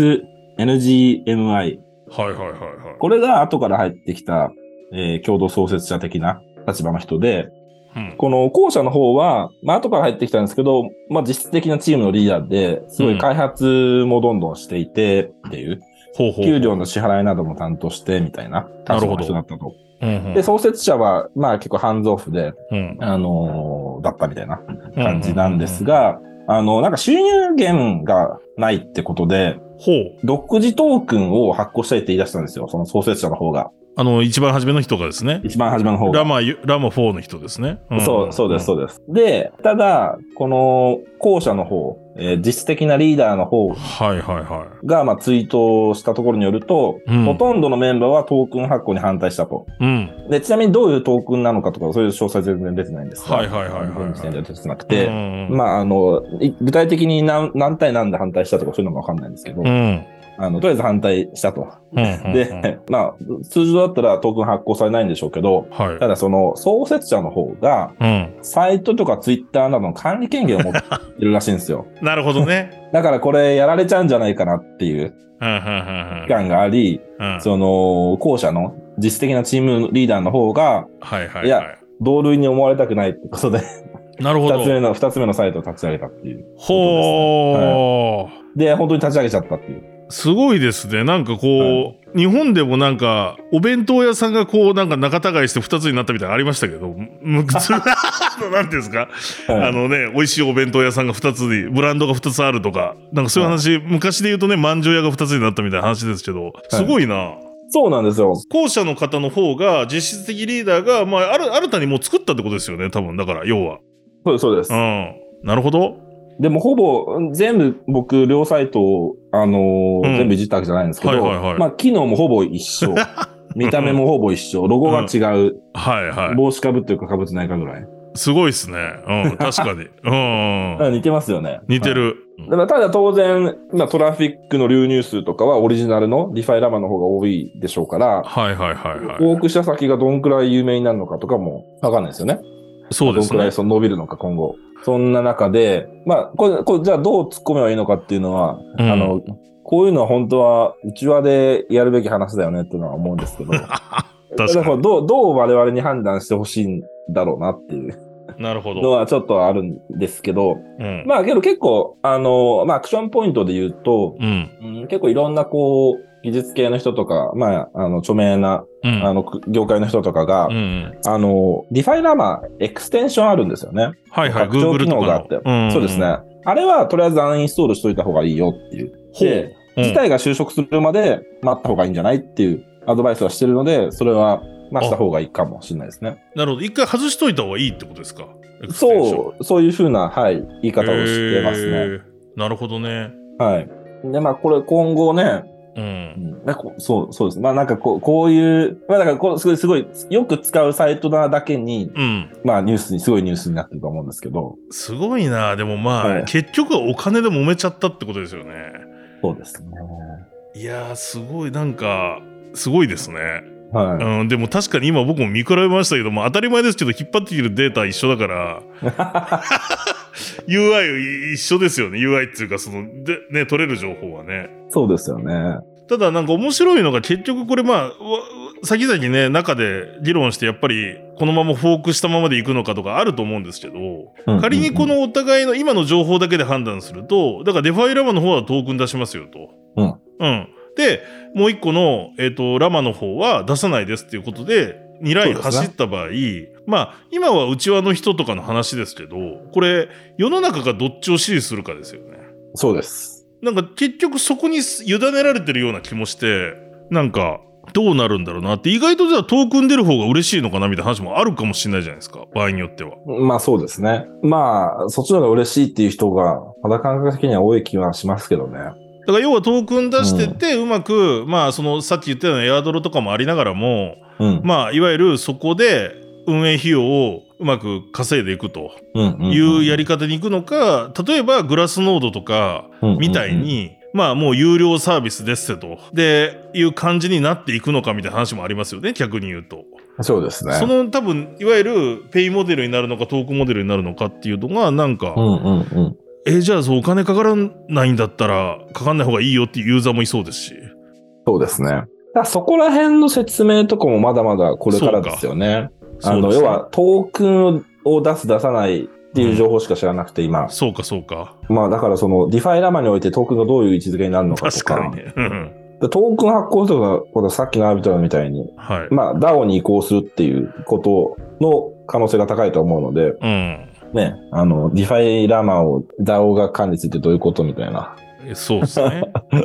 Speaker 2: 0xNGMI。
Speaker 1: はいはいはいはい。
Speaker 2: これが後から入ってきた、えー共同創設者的な立場の人で、
Speaker 1: うん、
Speaker 2: この後者の方は、まあ後から入ってきたんですけど、まあ実質的なチームのリーダーで、すごい開発もどんどんしていてっていう、
Speaker 1: ほうほう。
Speaker 2: 給料の支払いなども担当してみたいな立場の人だったと。
Speaker 1: うんうん、
Speaker 2: で、創設者は、まあ結構ハンズオフで、
Speaker 1: うん、
Speaker 2: あのーだったみたいな感じなんですが、あの、なんか収入源がないってことで、
Speaker 1: うん。ほう。
Speaker 2: 独自トークンを発行したいって言い出したんですよ。その創設者の方が。
Speaker 1: あの、一番初めの人がですね。
Speaker 2: 一番初めの方
Speaker 1: ラ
Speaker 2: が。
Speaker 1: マ、ラマ4の人ですね。ん
Speaker 2: そう、そうです、
Speaker 1: う
Speaker 2: そうです。で、ただ、この後者の方、えー実質的なリーダーの方
Speaker 1: ん。はいはいは
Speaker 2: が、まあ、ツイートしたところによると、
Speaker 1: うん
Speaker 2: ほとんどのメンバーはトークン発行に反対したと。
Speaker 1: い。うん。
Speaker 2: で、ちなみにどういうトークンなのかとか、そういう詳細全然出てないんですが
Speaker 1: はいはいはいはいはい
Speaker 2: 現時点では出てなく
Speaker 1: う
Speaker 2: て、
Speaker 1: ん、
Speaker 2: まあ、あの、い具体的に何何対何で反対したとかそういうのもわかんないんですけど、
Speaker 1: うん。うん。
Speaker 2: あの、とりあえず反対したと。
Speaker 1: うん。
Speaker 2: で、 [LAUGHS]
Speaker 1: うん、
Speaker 2: まあ、通常だったらトークン発行されないんでしょうけど、た
Speaker 1: は
Speaker 2: だその創設者の方が、
Speaker 1: い。うん。
Speaker 2: サイトとかツイッターなどの管理権限を持ってるらしいんですよ。 [LAUGHS]
Speaker 1: なるほどね。
Speaker 2: だからこれやられちゃうんじゃないかなっていう
Speaker 1: うん、うん、うん
Speaker 2: 危機感があり、
Speaker 1: うん。うん
Speaker 2: その、後者の実質的なチームリーダーの方が、
Speaker 1: はいはい
Speaker 2: い
Speaker 1: は
Speaker 2: や同類に思われたくないってことで、
Speaker 1: い。なるほ
Speaker 2: 二つ
Speaker 1: ど。
Speaker 2: 目の、二つ目のサイトを立ち上げたっていう。
Speaker 1: ほう。
Speaker 2: で、本当に立ち上げちゃったっていう。
Speaker 1: すごいですね。なんかこう、日本でもなんか、お弁当屋さんがこう、なんか仲違いして2つになったみたいなのありましたけど、むずらーっとなんていうんですか、
Speaker 2: はい
Speaker 1: あのね、美味しいお弁当屋さんが2つに、ブランドが2つあるとか、なんかそういう話、昔で言うとね、まんじゅう屋が2つになったみたいな話ですけど、すごいな。
Speaker 2: そうなんですよ。
Speaker 1: 後者の方の方が、実質的リーダーが、まあ、ある、新たにもう作ったってことですよね、多分。だから、要は。
Speaker 2: そうです、そうです
Speaker 1: う。ん。なるほど。
Speaker 2: でもほぼうん全部僕、両サイトを、あのー
Speaker 1: うん
Speaker 2: 全部いじったわけじゃないんですけど、
Speaker 1: はいはいはい
Speaker 2: まあ、機能もほぼ
Speaker 1: [LAUGHS]
Speaker 2: 一緒。見た目もほぼ一緒。ロゴが違う。
Speaker 1: はいは
Speaker 2: 帽子かぶってるかかぶってないかぐらい。
Speaker 1: い。すごいですね。うん、確かに。うん
Speaker 2: だか。ら似てますよね。
Speaker 1: 似てる。うん
Speaker 2: はい。だからただ当然、まあ、トラフィックの流入数とかはオリジナルのディファイラマの方が多いでしょうから、
Speaker 1: はいはいはいはい。
Speaker 2: 多くした先がどんくらい有名になるのかとかもわかんないですよね。
Speaker 1: そうで
Speaker 2: どん
Speaker 1: す
Speaker 2: くら
Speaker 1: ね
Speaker 2: い。その伸びるのか今後。そんな中で、まあ、これ、これじゃあどう突っ込めばいいのかっていうのは、
Speaker 1: うん
Speaker 2: あの、こういうのは本当は、内輪でやるべき話だよねっていうのは思うんで
Speaker 1: [LAUGHS]
Speaker 2: すけど、だか
Speaker 1: 確から
Speaker 2: どう、どう我々に判断してほしいんだろうなっていう
Speaker 1: に。なるほ
Speaker 2: の
Speaker 1: ど。
Speaker 2: はちょっとあるんですけど、
Speaker 1: うん。
Speaker 2: まあけど結構、あの、まあアクションポイントで言うと、
Speaker 1: うん。
Speaker 2: うん結構いろんなこう、技術系の人とか、まあ、あの、著名な、
Speaker 1: うん。
Speaker 2: あの、く業界の人とかが、
Speaker 1: うんうん。
Speaker 2: あの、ディファイラーマーエクステンションあるんですよね。
Speaker 1: はいはい、
Speaker 2: 拡張
Speaker 1: Google
Speaker 2: 機能があっ
Speaker 1: と
Speaker 2: て。
Speaker 1: かの。ん
Speaker 2: そうですね。。あれはとりあえずアンインストールしといた方がいいよっていう。
Speaker 1: ほ
Speaker 2: で
Speaker 1: う。うん
Speaker 2: 自体が就職するまで待った方がいいんじゃないっていうアドバイスはしてるので、それは、まあ、した方がいいかもしれないですね。
Speaker 1: なるほど。一回外しといた方がいいってことですか。
Speaker 2: そう、そういうふうな、はい、言い
Speaker 1: エクステンション、
Speaker 2: 方をしてます
Speaker 1: へ
Speaker 2: ね。
Speaker 1: ーなるほどね。
Speaker 2: はい。で、まあ、これ今後ね、
Speaker 1: う。
Speaker 2: うんんなんかこうそう、そうです。まあ、なんかこう、こういう、まあ、だからこう、すごい、すごい、よく使うサイトなだけに、
Speaker 1: うん。
Speaker 2: まあ、ニュースに、すごいニュースになってると思うんですけど、
Speaker 1: すごいな。でもまあ、
Speaker 2: はい
Speaker 1: 結局はお金で揉めちゃったってことですよね。
Speaker 2: そうですね。
Speaker 1: いやー、すごい、なんか、すごいですね。
Speaker 2: は
Speaker 1: うん、でも確かに今僕も見比べましたけども、当たり前ですけど、引っ張ってきてるデータ一緒だから、UI 一緒ですよね。UI っていうか、その、で、ね、取れる情報はね。
Speaker 2: い。そうですよね。
Speaker 1: ただなんか面白いのが結局これまあわ先々ね中で議論してやっぱりこのままフォークしたままでいくのかとかあると思うんですけど仮にこのお互いの今の情報だけで判断するとだからデファイラマの方はトークン出しますよと。
Speaker 2: うん
Speaker 1: うんでもう一個の、えっとラマの方は出さないですっていうことで2ライン
Speaker 2: そうですね
Speaker 1: 走った場合、まあ今は内輪の人とかの話ですけどこれ世の中がどっちを支持するかですよね。
Speaker 2: そうです。
Speaker 1: なんか結局そこにす委ねられてるような気もして、なんかどうなるんだろうなって、意外とじゃあトークン出る方が嬉しいのかなみたいな話もあるかもしれないじゃないですか、場合によっては。
Speaker 2: まあそうですね。まあ、そっちの方が嬉しいっていう人が、肌感覚的には多い気はしますけどね。
Speaker 1: だから要はトークン出してって、うまく、まあそのさっき言ったようなエアドロとかもありながらも、
Speaker 2: うん。
Speaker 1: まあいわゆるそこで運営費用をうまく稼いでいくと
Speaker 2: うんうん
Speaker 1: いうやり方に行くのか、例えばグラスノードとか、みたい。に、まあもう有料サービスですってと。で、いう感じになっていくのかみたいな話もありますよね、逆に言うと。
Speaker 2: うんうんそうですね。
Speaker 1: その多分、いわゆるペイモデルになるのかトークモデルになるのかっていうのが、なんか、
Speaker 2: うんうんうん。
Speaker 1: え、じゃあそうお金かからないんだったら、かかんない方がいいよっていうユーザーもいそうですし。
Speaker 2: そうですね。だからそこら辺の説明とかもまだまだこれからですよね。あ
Speaker 1: そう
Speaker 2: の、
Speaker 1: ですね
Speaker 2: 要は、トークンを出す、出さないっていう情報しか知らなくて、今。
Speaker 1: そうかそうか。
Speaker 2: まあ、だからその、ディファイラマにおいてトークンがどういう位置づけになるのかと
Speaker 1: 確
Speaker 2: か。
Speaker 1: かにね。うん
Speaker 2: でトークン発行するのことはさっきのアービトラルみたいに、
Speaker 1: はい。
Speaker 2: まあ、DAO に移行するっていうことの可能性が高いと思うので、
Speaker 1: うん。
Speaker 2: ね、あの、ディファイラーマンを DAO が管理するってどういうことみたいな。
Speaker 1: えそうです
Speaker 2: [LAUGHS]
Speaker 1: ね。
Speaker 2: ま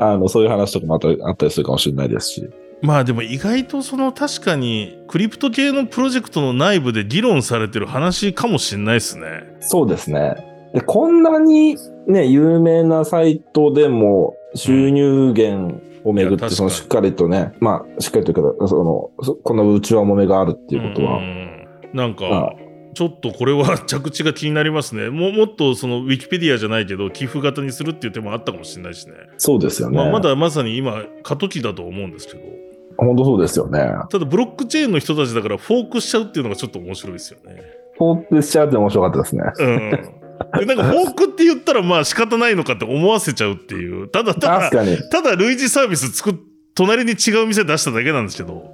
Speaker 2: あ、あの、そういう話とかもあったあったりするかもしれないですし。
Speaker 1: まあでも意外とその確かにクリプト系のプロジェクトの内部で議論されてる話かもしれないですね。
Speaker 2: そうですね。で、こんなにね、有名なサイトでも収入源をめぐ
Speaker 1: いや確
Speaker 2: って、
Speaker 1: かに
Speaker 2: そのしっかりとね、まあ、しっかりというか、その、そこの内輪もめがあるっていうことは、
Speaker 1: んうんなん
Speaker 2: ま
Speaker 1: か
Speaker 2: あ、
Speaker 1: ちょっとこれは着地が気になりますね。も [LAUGHS] もっとそのウィキペディアじゃないけど、寄付型にするっていう手もあったかもしれないしね。
Speaker 2: そうですよね。
Speaker 1: まあ、まだまさに今、過渡期だと思うんですけど。
Speaker 2: 本当そうですよね。
Speaker 1: ただ、ブロックチェーンの人たちだから、フォークしちゃうっていうのがちょっと面白いですよね。
Speaker 2: フォークしちゃうって面白かったですね。
Speaker 1: うん。でなんか、フォークって言ったら、まあ仕方ないのかって思わせちゃうっていう。ただ、ただ
Speaker 2: 確、かに。
Speaker 1: ただ類似サービス作っ隣に違う店出しただけなんですけ
Speaker 2: [LAUGHS]
Speaker 1: ど。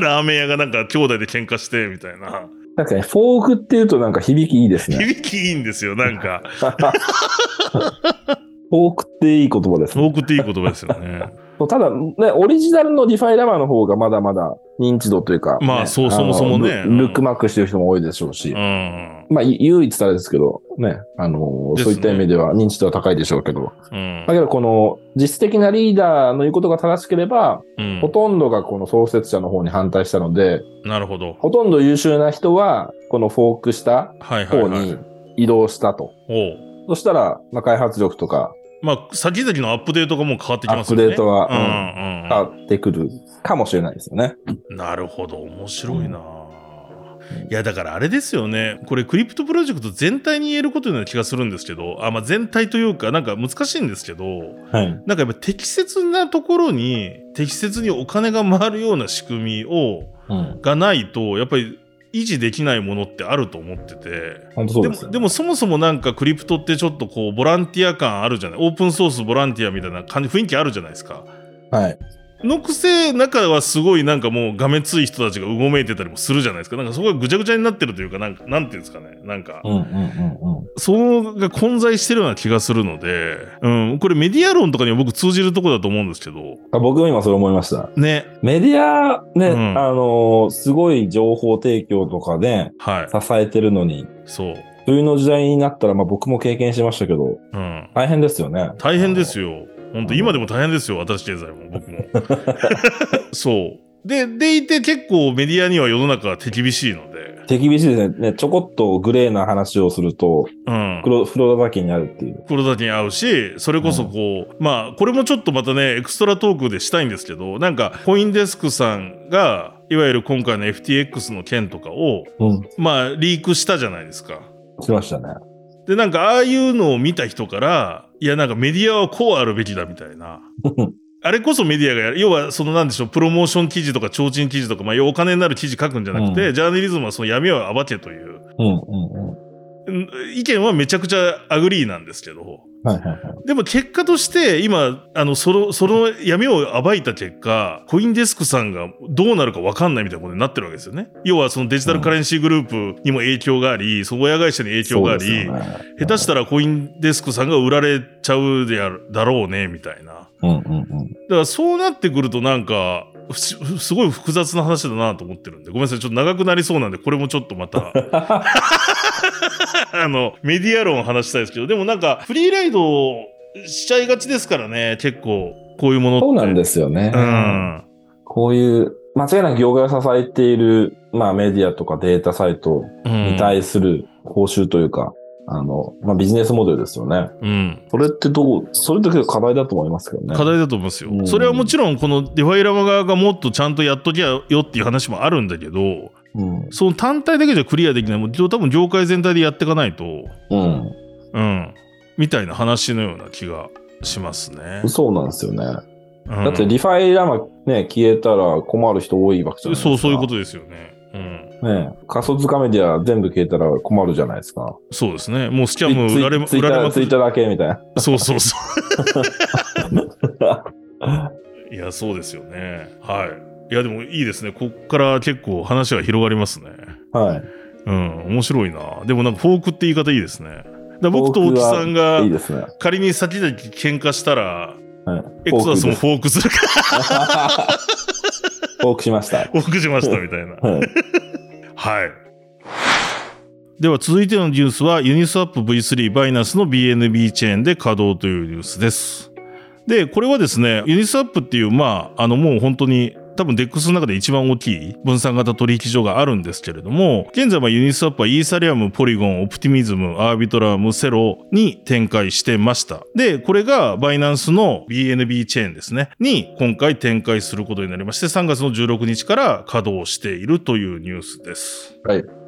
Speaker 1: ラーメン屋がなんか兄弟で喧嘩して、みたいな。
Speaker 2: 確かに、フォークっていうとなんか響きいいで
Speaker 1: [LAUGHS]
Speaker 2: すね。
Speaker 1: 響きいいんですよ、なんか。
Speaker 2: フォークっていい言葉です、ね。
Speaker 1: 多くていい言葉ですよね。
Speaker 2: ただ、ね、オリジナルのディファイラマーの方がまだまだ認知度というか、
Speaker 1: まあ
Speaker 2: ね
Speaker 1: そう
Speaker 2: の
Speaker 1: そもそもね
Speaker 2: ルルックマックしてる人も多いでしょうし
Speaker 1: う、ん。
Speaker 2: まあ、ゆ唯一たらですけど、ね、あのー
Speaker 1: です
Speaker 2: そう
Speaker 1: ね
Speaker 2: いった意味では認知度は高いでしょうけど、
Speaker 1: うん
Speaker 2: だ。けどこの実質的なリーダーの言うことが正しければ、
Speaker 1: うん
Speaker 2: ほとんどがこの創設者の方に反対したので、
Speaker 1: なるほど。
Speaker 2: ほとんど優秀な人は、このフォークした
Speaker 1: はいはい
Speaker 2: 方
Speaker 1: はい。
Speaker 2: に移動したと。
Speaker 1: おう
Speaker 2: そしたら、まあ、開発力とか
Speaker 1: まあ、先々のアップデートがもう変わってきますよね。
Speaker 2: アップデートは
Speaker 1: うんうん
Speaker 2: 変わってくるかもしれないですよね。
Speaker 1: うん。なるほど。面白いな。
Speaker 2: うん
Speaker 1: いやだからあれですよね、これ、クリプトプロジェクト全体に言えることのような気がするんですけど、あまあ、全体というか、なんか難しいんですけど、
Speaker 2: はい。
Speaker 1: なんかやっぱ適切なところに、適切にお金が回るような仕組みを
Speaker 2: うん。
Speaker 1: がないと、やっぱり維持できないものってあると思ってて。
Speaker 2: 本当そう
Speaker 1: で
Speaker 2: です
Speaker 1: も
Speaker 2: よ
Speaker 1: でもそもそもなんかクリプトってちょっとこうボランティア感あるじゃないオープンソースボランティアみたいな感じ雰囲気あるじゃないですか。
Speaker 2: はい。
Speaker 1: のくせ中はすごいなんかもうがめつい人たちがうごめいてたりもするじゃないですかなんかそこがぐちゃぐちゃになってるというかなんかなんていうんですかねなんか
Speaker 2: うんうんうんうん。
Speaker 1: そのが混在してるような気がするので、うん、これメディア論とかには僕通じるとこだと思うんですけど
Speaker 2: あ僕も今それ思いました。
Speaker 1: ね
Speaker 2: メディアね、
Speaker 1: うん
Speaker 2: あのーすごい情報提供とかで
Speaker 1: はい
Speaker 2: 支えてるのに、
Speaker 1: そう、
Speaker 2: 冬の時代になったら、まあ僕も経験しましたけど、
Speaker 1: うん、
Speaker 2: 大変ですよね。
Speaker 1: 大変です
Speaker 2: よ。
Speaker 1: よ本当今でも大変ですよ私経済も僕も [LAUGHS] そうででいて結構メディアには世の中が手厳しいので
Speaker 2: 手厳しいですね。ね、ちょこっとグレーな話をすると、
Speaker 1: うん
Speaker 2: 黒、黒だらけになるっていう。
Speaker 1: 黒田に合うしそれこそこう、まあこれもちょっとまたねエクストラトークでしたいんですけどなんかコインデスクさんがいわゆる今回の FTX の件とかを
Speaker 2: うん。
Speaker 1: まあリークしたじゃないですか。
Speaker 2: しましたね。
Speaker 1: でなんかああいうのを見た人からいやなんかメディアはこうあるべきだみたい [LAUGHS] な。あれこそメディアがやる。要は、そのなんでしょう、プロモーション記事とか、提灯記事とか、まあ、要はお金になる記事書くんじゃなくて、ジャーナリズムはその闇を暴けという、
Speaker 2: うんうんうん。
Speaker 1: うん意見はめちゃくちゃアグリーなんですけど、
Speaker 2: はいはいはい。
Speaker 1: でも結果として今あのそのその闇を暴いた結果コインデスクさんがどうなるか分かんないみたいなことになってるわけですよね要はそのデジタルカレンシーグループにも影響がありその親会社に影響があり、
Speaker 2: そうですよね
Speaker 1: 下手したらコインデスクさんが売られちゃうであるだろうねみたいな
Speaker 2: うんうん
Speaker 1: だからそうなってくるとなんかふしふすごい複雑な話だなと思ってるんでごめんなさいちょっと長くなりそうなんでこれもちょっとまたあのメディア論を話したいですけどでもなんかフリーライドしちゃいがちですからね結構こういうもの
Speaker 2: う
Speaker 1: っ
Speaker 2: ん。
Speaker 1: て
Speaker 2: そうなんですよね。
Speaker 1: うん
Speaker 2: こういう、間違いなく業界を支えている、まあメディアとかデータサイト
Speaker 1: うん
Speaker 2: に対する報酬というか、あの、まあビジネスモデルですよね。
Speaker 1: うん
Speaker 2: それってどう、それって結構課題だと思いますけどね。
Speaker 1: 課題だと思いますよ、
Speaker 2: うん
Speaker 1: それはもちろんこのデファイラマ側がもっとちゃんとやっときゃよっていう話もあるんだけど
Speaker 2: うん。
Speaker 1: その単体だけじゃクリアできないもう多分業界全体でやっていかないと
Speaker 2: う
Speaker 1: うん、みたいな話のような気がしますね。
Speaker 2: ん。そうなんですよね。
Speaker 1: だ
Speaker 2: だってリファイラマね、消えたら困る人多いわけじゃないですか。
Speaker 1: そうそういうことですよね。うん、
Speaker 2: と。ね仮想通貨メディア全部消えたら困るじゃないですか。
Speaker 1: そうですね。もうスキャンも売られま
Speaker 2: ツイ
Speaker 1: 売
Speaker 2: ツイッタ
Speaker 1: られ
Speaker 2: ー
Speaker 1: ま
Speaker 2: ツ
Speaker 1: く
Speaker 2: イッターだけみたいな。
Speaker 1: そうそう [LAUGHS] そう。いや、そうですよね。はい。いや、でもいいですね。こっから結構話が広がりますね。
Speaker 2: はい。
Speaker 1: うん、面白いな。でもなんかフォークって言い方いいですね。だから僕と
Speaker 2: フォ
Speaker 1: 大
Speaker 2: ー
Speaker 1: 木
Speaker 2: クはい
Speaker 1: さんが
Speaker 2: いいですね。はい。
Speaker 1: 仮に先々喧嘩したら、エ
Speaker 2: フ
Speaker 1: ク
Speaker 2: ォー
Speaker 1: サ
Speaker 2: ク
Speaker 1: ス
Speaker 2: で
Speaker 1: も
Speaker 2: す
Speaker 1: フォークするか、
Speaker 2: フォークしました。
Speaker 1: フォークしましたみたいな。
Speaker 2: はい。
Speaker 1: はい。では続いてのニュースはユニスワップ V3 バイナンスの BNB チェーンで稼働というニュースです。で、これはですね、ユニスワップっていう、まあ、あのもう本当に多分 DEX の中で一番大きい分散型取引所があるんですけれども、現在はユニスワップはイーサリアム、ポリゴン、オプティミズム、アービトラム、セロに展開してました。で、これがバイナンスの BNB チェーンですね、に今回展開することになりまして、3月の16日から稼働しているというニュースです。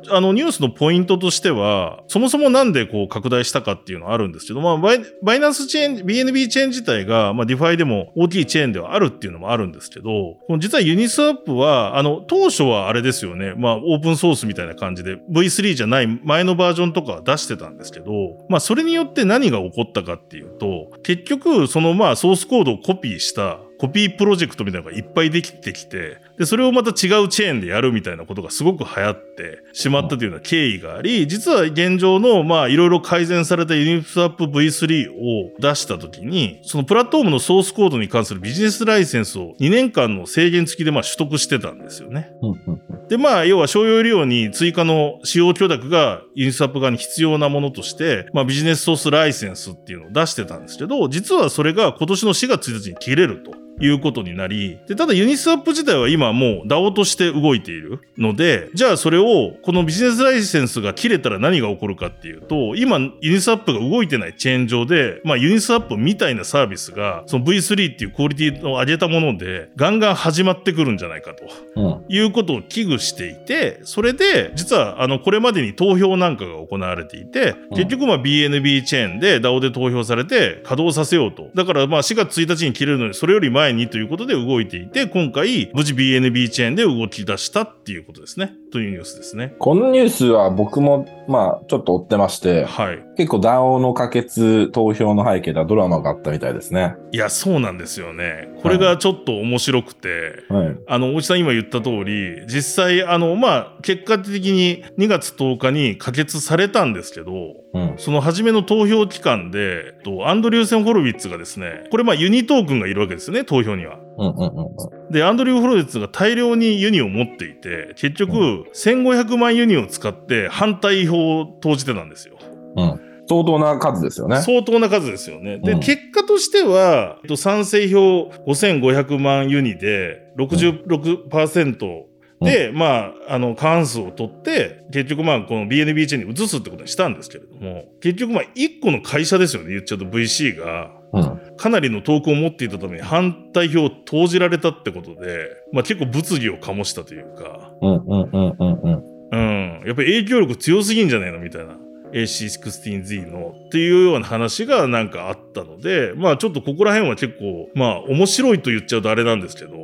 Speaker 1: あのニュースのポイントとしては、そもそもなんでこう拡大したかっていうのはあるんですけど、まあ、バイバイナンスチェーン、BNB チェーン自体が、まあ、ディファイでも大きいチェーンではあるっていうのもあるんですけど、この実はユニスワップは、あの、当初はあれですよね、まあ、オープンソースみたいな感じで、V3 じゃない前のバージョンとかは出してたんですけど、まあ、それによって何が起こったかっていうと、結局、そのまあ、ソースコードをコピーした、コピープロジェクトみたいなのがいっぱいできてきて、で、それをまた違うチェーンでやるみたいなことがすごく流行ってしまったというような経緯があり、実は現状の、まあ、いろいろ改善されたユニスワップ V3 を出したときに、そのプラットフォームのソースコードに関するビジネスライセンスを2年間の制限付きでまあ取得してたんですよね。
Speaker 2: うんうん
Speaker 1: で、まあ、要は商用利用に追加の使用許諾がユニスワップ側に必要なものとして、まあ、ビジネスソースライセンスっていうのを出してたんですけど、実はそれが今年の4月1日に切れると。いうことになり、で、ただユニスワップ自体は今もう DAO として動いているので、じゃあそれを、このビジネスライセンスが切れたら何が起こるかっていうと、今ユニスワップが動いてないチェーン上で、まあユニスワップみたいなサービスが、その V3 っていうクオリティを上げたもので、ガンガン始まってくるんじゃないかと。
Speaker 2: うん。
Speaker 1: いうことを危惧していて、それで、実は、あの、これまでに投票なんかが行われていて、
Speaker 2: うん
Speaker 1: 結局、まあ、BNB チェーンで DAO で投票されて、稼働させようと。だから、まあ、4月1日に切れるのに、それより前にということで動いていて、今回、無事 BNB チェーンで動き出したっていうことですね。とというニュースですね。
Speaker 2: このニュースは僕も、まあ、ちょっと追ってまして、
Speaker 1: はい。
Speaker 2: 結構 DAO の可決投票の背景ではドラマがあったみたいですね。
Speaker 1: いや、そうなんですよね。これがちょっと面白くて、
Speaker 2: はい。
Speaker 1: あの、大地さん今言った通り、実際、あの、まあ、結果的に2月10日に可決されたんですけど、
Speaker 2: うん。
Speaker 1: その初めの投票期間で、えっとアンドリューセン・ホロビッツがですね、これまあユニトークンがいるわけですよね、投票には。
Speaker 2: うんうんうんうん。
Speaker 1: で、アンドリュー・ホロビッツが大量にユニを持っていて、結局、
Speaker 2: う
Speaker 1: 1500万ユニを使って反対票を投じてたんですよ。
Speaker 2: 相当な数ですよね。
Speaker 1: 相当な数ですよね。で、
Speaker 2: うん
Speaker 1: 結果としては、えっと賛成票5500万ユニで66%、で、まあ、あの、過半数を取って、結局まあ、この BNB チェーンに移すってことにしたんですけれども、結局まあ、一個の会社ですよね、言っちゃうと VC が、
Speaker 2: うん。
Speaker 1: かなりのトークを持っていたために反対票を投じられたってことで、まあ結構物議を醸したというか、
Speaker 2: うんうんうんうんうん。
Speaker 1: うん、やっぱり影響力強すぎんじゃないのみたいな。AC16Z のっていうような話がなんかあったので、まあちょっとここら辺は結構、まあ面白いと言っちゃうとあれなんですけど、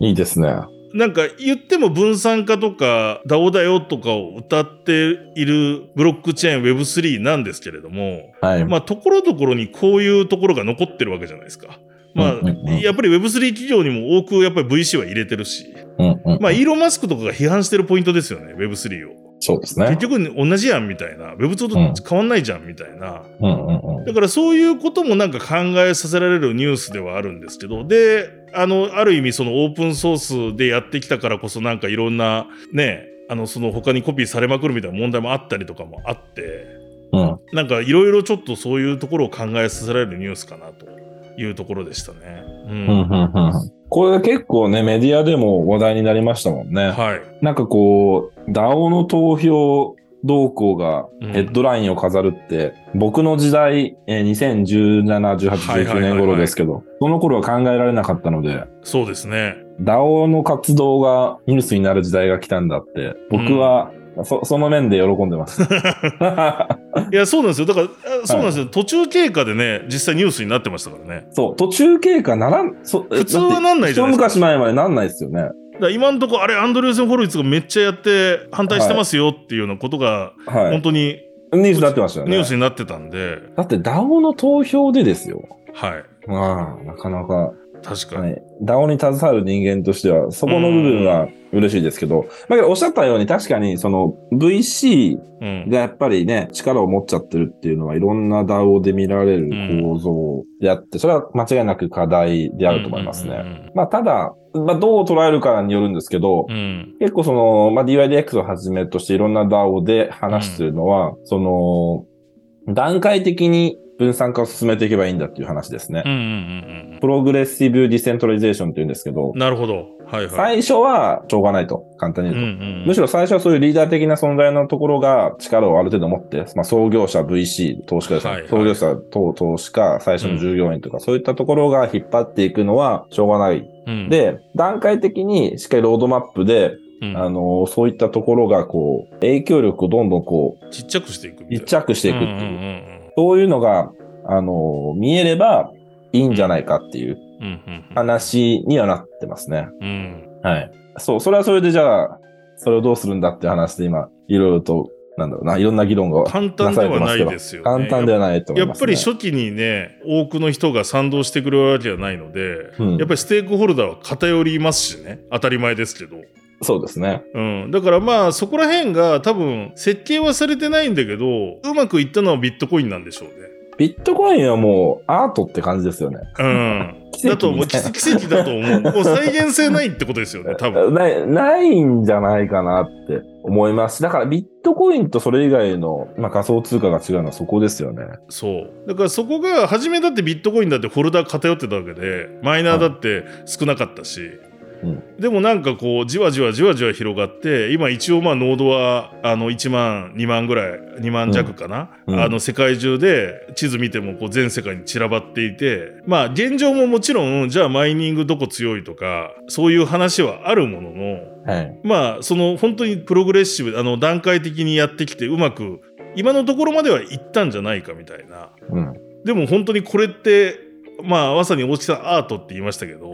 Speaker 2: いいですね。
Speaker 1: なんか言っても分散化とか DAO だよとかを歌っているブロックチェーン Web3 なんですけれども、
Speaker 2: はい。
Speaker 1: まあところどころにこういうところが残ってるわけじゃないですか。まあ、
Speaker 2: うんうんうん
Speaker 1: やっぱり Web3 企業にも多くやっぱり VC は入れてるし、
Speaker 2: うんうん、
Speaker 1: まあイーロン・マスクとかが批判してるポイントですよね、Web3 を。
Speaker 2: そうですね
Speaker 1: 結。局同じやんみたいな、Web2 と変わんないじゃんみたいな。
Speaker 2: うんうんうん。
Speaker 1: だからそういうこともなんか考えさせられるニュースではあるんですけど、で、あの、ある意味そのオープンソースでやってきたからこそなんかいろんなね、あの、その他にコピーされまくるみたいな問題もあったりとかもあって、
Speaker 2: うん。
Speaker 1: なんかいろいろちょっとそういうところを考えさせられるニュースかなというところでしたね。う。
Speaker 2: うんんうんうん。これ結構ね、メディアでも話題になりましたもんね。
Speaker 1: はい。
Speaker 2: なんかこう、DAO の投票動向が
Speaker 1: うん
Speaker 2: ヘッドラインを飾るって、僕の時代、えー2017、18、
Speaker 1: はいはいはいはい
Speaker 2: 19年頃ですけど、その頃は考えられなかったので、
Speaker 1: そうですね。
Speaker 2: DAO の活動がニュースになる時代が来たんだって、僕は、そその面で喜ん
Speaker 1: [LAUGHS]
Speaker 2: でます。 [LAUGHS]
Speaker 1: いや、そうなんですよ。だから、あそうなんですよ。途中経過でね、実際ニュースになってましたからね。
Speaker 2: そう、途中経過ならん、そ
Speaker 1: [LAUGHS] 普通はなんないじゃないですか
Speaker 2: 一昔前までなんないですよね。
Speaker 1: だから今のところ、あれ、アンドリューセン・ホルイツがめっちゃやって反対してますよっていうようなことが、
Speaker 2: は
Speaker 1: 本
Speaker 2: い。
Speaker 1: 当に
Speaker 2: ニュースになってましたよね。
Speaker 1: ニュースになってたんで、
Speaker 2: だって DAO の投票でですよ。
Speaker 1: はい。
Speaker 2: まあ、なかなか
Speaker 1: 確か
Speaker 2: は
Speaker 1: に。
Speaker 2: い、DAO に携わる人間としては、そこの部分は嬉しいですけど、まあ、おっしゃったように確かにその VC
Speaker 1: うん。
Speaker 2: がやっぱりね、力を持っちゃってるっていうのはいろんな DAO で見られる構造であって、それは間違いなく課題であると思います
Speaker 1: うん
Speaker 2: ね。まあ、ただ、まあ、どう捉えるかによるんですけど
Speaker 1: うん、うん。
Speaker 2: 結構その、まあ、DYDX をはじめとしていろんな DAO で話してるのは、その、段階的に分散化を進めていけばいいんだっていう話ですね。
Speaker 1: うんうんうんうん
Speaker 2: プログレッシブディセントラリゼーションって言うんですけど、
Speaker 1: なるほど。はいはい。
Speaker 2: 最初はしょうがないと、簡単に
Speaker 1: うんう
Speaker 2: 言うと。
Speaker 1: ん
Speaker 2: むしろ最初はそういうリーダー的な存在のところが力をある程度持って、まあ、創業者、VC、投資家ですね
Speaker 1: はいはい
Speaker 2: 創業者、投投資家、最初の従業員とか、そういったところが引っ張っていくのはしょうがない。
Speaker 1: うん、
Speaker 2: で、段階的にしっかりロードマップで、
Speaker 1: うん
Speaker 2: あの、そういったところがこう、影響力をどんどんこう、
Speaker 1: ちっちゃくしていくみたいな。
Speaker 2: 一着していくっていう。
Speaker 1: うんうん
Speaker 2: そういうのが、あの、見えればいいんじゃないかっていう
Speaker 1: うんうんうんうん
Speaker 2: 話にはなってますね。
Speaker 1: うんうん
Speaker 2: はい。そう、それはそれでじゃあ、それをどうするんだって話で今、いろいろと、なんだろうな、いろんな議論が
Speaker 1: 簡単ではないですよ、ね。
Speaker 2: 簡単ではないと思
Speaker 1: や
Speaker 2: い
Speaker 1: っ
Speaker 2: ま
Speaker 1: ぱ
Speaker 2: す、
Speaker 1: り
Speaker 2: ね。
Speaker 1: 初期にね、多くの人が賛同してくれるわけじゃないので、
Speaker 2: う
Speaker 1: や
Speaker 2: ん
Speaker 1: っぱりステークホルダーは偏りますしね、当たり前ですけど。
Speaker 2: そうですね。
Speaker 1: うん、だからまあそこら辺が多分設計はされてないんだけどうまくいったのはビットコインなんでしょうね。
Speaker 2: ビットコインはもうアートって感じですよね。 [LAUGHS]
Speaker 1: うん、
Speaker 2: 奇
Speaker 1: だと思
Speaker 2: 跡み
Speaker 1: う
Speaker 2: た
Speaker 1: 奇
Speaker 2: いな
Speaker 1: 跡奇跡だと思うもう再現性ないってことですよね多分。
Speaker 2: [LAUGHS] ないないんじゃないかなって思います。だからビットコインとそれ以外の、まあ、仮想通貨が違うのはそこですよね。
Speaker 1: そうだからそこが初めだってビットコインだってフォルダー偏ってたわけでマイナーだって少なかったし、
Speaker 2: うん
Speaker 1: でもなんかこうじわじわじわじわ広がって今一応まあノードはあの1万2万ぐらい2万弱かな、
Speaker 2: うんうん
Speaker 1: あの世界中で地図見てもこう全世界に散らばっていてまあ現状ももちろんじゃあマイニングどこ強いとかそういう話はあるものの
Speaker 2: はい。
Speaker 1: まあその本当にプログレッシブあの段階的にやってきてうまく今のところまではいったんじゃないかみたいな。
Speaker 2: うん。
Speaker 1: でも本当にこれってまあまさに大木さんアートって言いましたけど、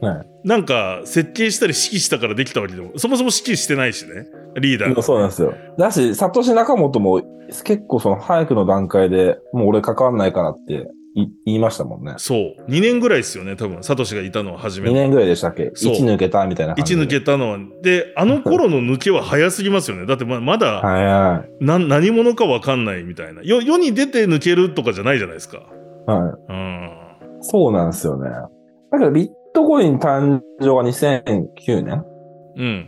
Speaker 2: は
Speaker 1: なんか設計したり指揮したからできたわけでもそもそも指揮してないしねリーダー。
Speaker 2: そうなんですよ。だし、サトシ仲本も結構その早くの段階でもう俺関わんないからってい言いましたもんね。
Speaker 1: そう。2年ぐらいですよね、多分。サトシがいたのは初め
Speaker 2: 2
Speaker 1: て。
Speaker 2: 年ぐらいでしたっけ
Speaker 1: そう
Speaker 2: ?1 抜けたみたいな感じ
Speaker 1: 1
Speaker 2: で。
Speaker 1: 抜けたのは。で、あの頃の抜けは早すぎますよね。だってままだ、
Speaker 2: はいはい。
Speaker 1: な何者か分かんないみたいな世世に出て抜けるとかじゃないじゃないですか
Speaker 2: は
Speaker 1: うん
Speaker 2: い。そうなんですよね。だけどビットコイン誕生が2009年
Speaker 1: うん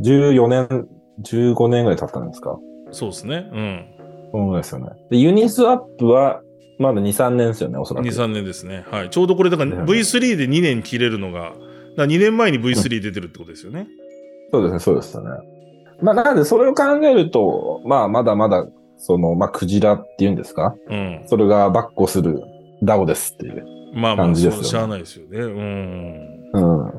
Speaker 2: 14年、15年ぐらい経ったんですか
Speaker 1: そうですね
Speaker 2: そうですよね。で、ユニスワップはまだ2、3年ですよね、おそ
Speaker 1: うん
Speaker 2: らく。
Speaker 1: 23年ですねはいちょうどこれだから V3 で2年切れるのがだ2年前に V3 出てるってことですよね
Speaker 2: そうですね、そうですよね。まあ、なので、それを考えると、まあ、まだまだ、その、まあ、クジラっていうんですか
Speaker 1: うん
Speaker 2: それがバッコするダオですっていう。
Speaker 1: まあまあ
Speaker 2: 感じ
Speaker 1: そ
Speaker 2: ですよ
Speaker 1: うしゃあないですよねうん
Speaker 2: うん。こ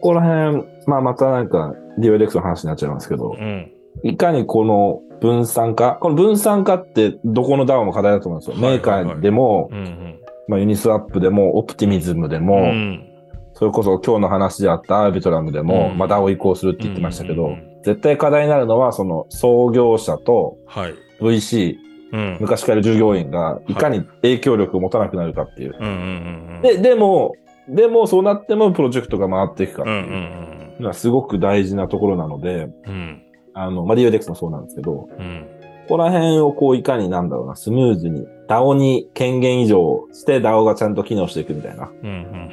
Speaker 2: こら辺、まあ、またなんか、ディオエレクトの話になっちゃいますけど
Speaker 1: う、ん
Speaker 2: いかにこの分散化、この分散化ってどこのダオも課題だと思うんですよ。
Speaker 1: はい
Speaker 2: メーカーでも、
Speaker 1: うんうん
Speaker 2: まあ、ユニスワップでも、オプティミズムでも、
Speaker 1: うん
Speaker 2: それこそ今日の話であったアービトラムでも、
Speaker 1: うん
Speaker 2: まあ、DAO を移行するって言ってましたけど、
Speaker 1: うんうんうん
Speaker 2: 絶対課題になるのは、その創業者と
Speaker 1: はい
Speaker 2: VC、
Speaker 1: うんうん
Speaker 2: 昔からいる従業員がいかに影響力を持たなくなるかっていう。
Speaker 1: うんうんうん
Speaker 2: で、でも、でもそうなってもプロジェクトが回っていくかっ
Speaker 1: う
Speaker 2: て
Speaker 1: んう
Speaker 2: い
Speaker 1: ん
Speaker 2: うのはすごく大事なところなので、
Speaker 1: うんうん
Speaker 2: あの、まあ、リオデックスもそうなんですけど、
Speaker 1: うん
Speaker 2: ここら辺をこういかになんだろうな、スムーズに DAO に権限以上して DAO がちゃんと機能していくみたいな。
Speaker 1: うんうん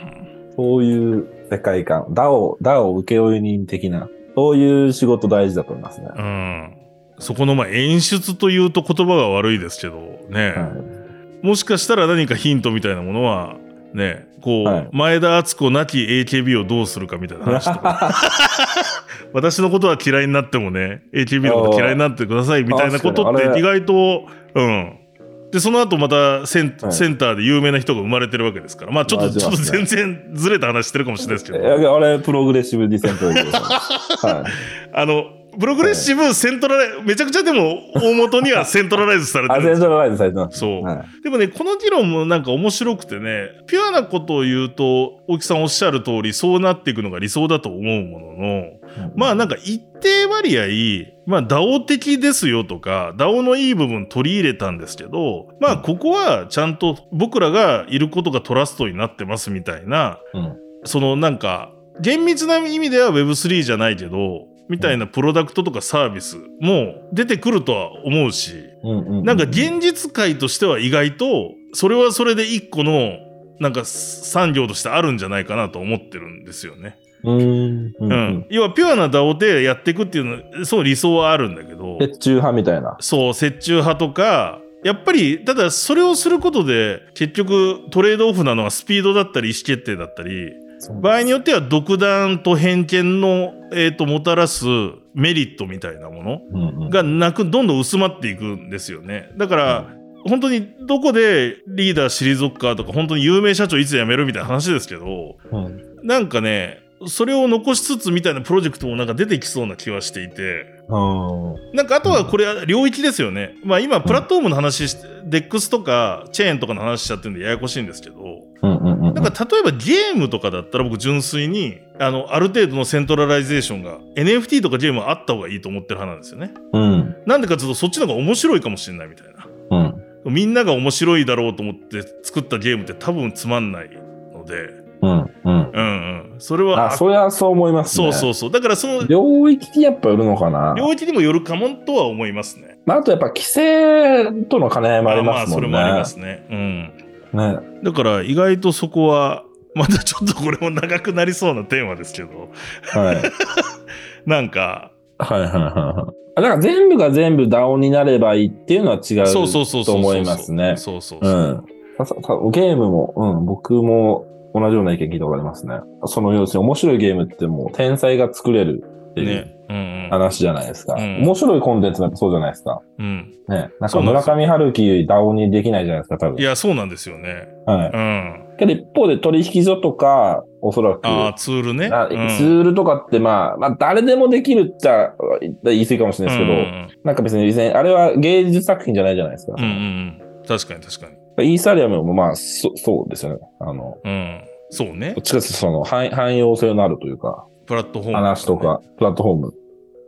Speaker 2: そういう世界観、DAO、DAO 請負人的な、そういう仕事大事だと思いますね。
Speaker 1: うんうんそこのまあ演出というと言葉が悪いですけどね、
Speaker 2: はい
Speaker 1: もしかしたら何かヒントみたいなものは、ね、こう、
Speaker 2: はい
Speaker 1: 前田敦子なき AKB をどうするかみたいな話と
Speaker 2: [LAUGHS]
Speaker 1: か。私のことは嫌いになってもね、AKB のこと嫌いになってくださいみたいなこと
Speaker 2: あ
Speaker 1: っ
Speaker 2: ー確かに
Speaker 1: て
Speaker 2: あれ
Speaker 1: 意外と、うん。で、その後またセン,、
Speaker 2: はい
Speaker 1: センターで有名な人が生まれてるわけですから、まあちょっと、
Speaker 2: まあ
Speaker 1: ちょっと
Speaker 2: そう
Speaker 1: 全
Speaker 2: で
Speaker 1: 然ずれた話してるかもしれないですけ
Speaker 2: いやい
Speaker 1: ど、
Speaker 2: やあれ、プログレッシブディセントロギーです
Speaker 1: [LAUGHS]
Speaker 2: はい。
Speaker 1: あの、プログレッシブ、セントラライめちゃくちゃでも大元にはセントラライズされて
Speaker 2: あ、
Speaker 1: るん
Speaker 2: セ
Speaker 1: で
Speaker 2: ン
Speaker 1: す
Speaker 2: ト
Speaker 1: よ。
Speaker 2: ラライズされてます。
Speaker 1: そう。
Speaker 2: はい。
Speaker 1: でもね、この議論もなんか面白くてね、ピュアなことを言うと、大木さんおっしゃる通り、そうなっていくのが理想だと思うものの、まあなんか一定割合、まあ DAO 的ですよとか、DAO のいい部分取り入れたんですけど、まあここはちゃんと僕らがいることがトラストになってますみたいな、
Speaker 2: うん
Speaker 1: そのなんか、厳密な意味では Web3 じゃないけど、みたいなプロダクトとかサービスも出てくるとは思うし、
Speaker 2: うんうう
Speaker 1: なんか現実界としては意外とそれはそれで一個のなんか産業としてあるんじゃないかなと思ってるんですよね。
Speaker 2: うーん。う
Speaker 1: うんん
Speaker 2: うん。
Speaker 1: 要はピュアな DAO でやっていくっていうのはその理想はあるんだけど
Speaker 2: 鉄柱派みたいな。
Speaker 1: そう折衷派とかやっぱりただそれをすることで結局トレードオフなのはスピードだったり意思決定だったり場合によっては独断と偏見の、えー、ともたらすメリットみたいなもの
Speaker 2: うんうん
Speaker 1: がなくどんどん薄まっていくんですよねだから、本当にどこでリーダー退くかとか本当に有名社長いつ辞めるみたいな話ですけど
Speaker 2: うん
Speaker 1: なんかねそれを残しつつみたいなプロジェクトもなんか出てきそうな気はしていて
Speaker 2: あー
Speaker 1: なんかあとはこれは領域ですよね、まあ今プラットフォームの話して、DEX とかチェーンとかの話しちゃってるんでややこしいんですけど
Speaker 2: うんうんうん。
Speaker 1: なんか例えばゲームとかだったら僕純粋にあのある程度のセントラライゼーションが NFT とかゲームはあった方がいいと思ってる派なんですよね。
Speaker 2: うん。
Speaker 1: なんでかちょっとそっちの方が面白いかもしれないみたいな。
Speaker 2: うん。
Speaker 1: みんなが面白いだろうと思って作ったゲームって多分つまんないので、
Speaker 2: うん。うん。
Speaker 1: うんうん。それは、
Speaker 2: あ、そりゃそう思います
Speaker 1: そ
Speaker 2: ね。
Speaker 1: うそうそう。だからその
Speaker 2: 領域にやっぱ売るのかな。
Speaker 1: 領域にもよるかもとは思いますね。
Speaker 2: まあ、あとやっぱ規制との兼ね合いもあり
Speaker 1: ま
Speaker 2: ま
Speaker 1: あ
Speaker 2: すも
Speaker 1: そ
Speaker 2: ん
Speaker 1: れ
Speaker 2: ね。
Speaker 1: もありますね。うん。
Speaker 2: ね。
Speaker 1: だから意外とそこは、またちょっとこれも長くなりそうなテーマですけど、
Speaker 2: はい。
Speaker 1: なんか、
Speaker 2: はいはいはいはい。あだから全部が全部 DAO になればいいっていうのは違う。
Speaker 1: そうそうそうそうそう。
Speaker 2: と思いますね
Speaker 1: そうそう
Speaker 2: う
Speaker 1: そう。
Speaker 2: ん。たたゲームも、うん、僕も同じような意見聞いたことありますね。その要するに面白いゲームってもう天才が作れるっていう
Speaker 1: ね。うん
Speaker 2: 話じゃないですか。
Speaker 1: うん
Speaker 2: 面白いコンテンツもやっぱそうじゃないですか。
Speaker 1: うん。うん。
Speaker 2: ね。なん
Speaker 1: そ
Speaker 2: か
Speaker 1: うなんで
Speaker 2: 村
Speaker 1: すよ
Speaker 2: 上春樹 DAO にできないじゃないですか、多
Speaker 1: い
Speaker 2: 分。
Speaker 1: や、そうなんですよね。
Speaker 2: はい。
Speaker 1: うん。
Speaker 2: けど一方で取引所とか、おそらく。
Speaker 1: ああ、ツールね。
Speaker 2: な
Speaker 1: う
Speaker 2: ツ
Speaker 1: ん
Speaker 2: ールとかって、まあ、まあ、誰でもできるっちゃ言い過ぎかもしれないですけど、なんか別に、別にあれは芸術作品じゃないじゃないですか。
Speaker 1: うんうんうんうん。確かに確かに。
Speaker 2: イーサリアムもまあ、そそうですよね。あの、
Speaker 1: うん。そうね
Speaker 2: どっ。ちかというとその汎汎用性のあるというか、
Speaker 1: プラットフォーム、
Speaker 2: 話と。か、プラットフォーム。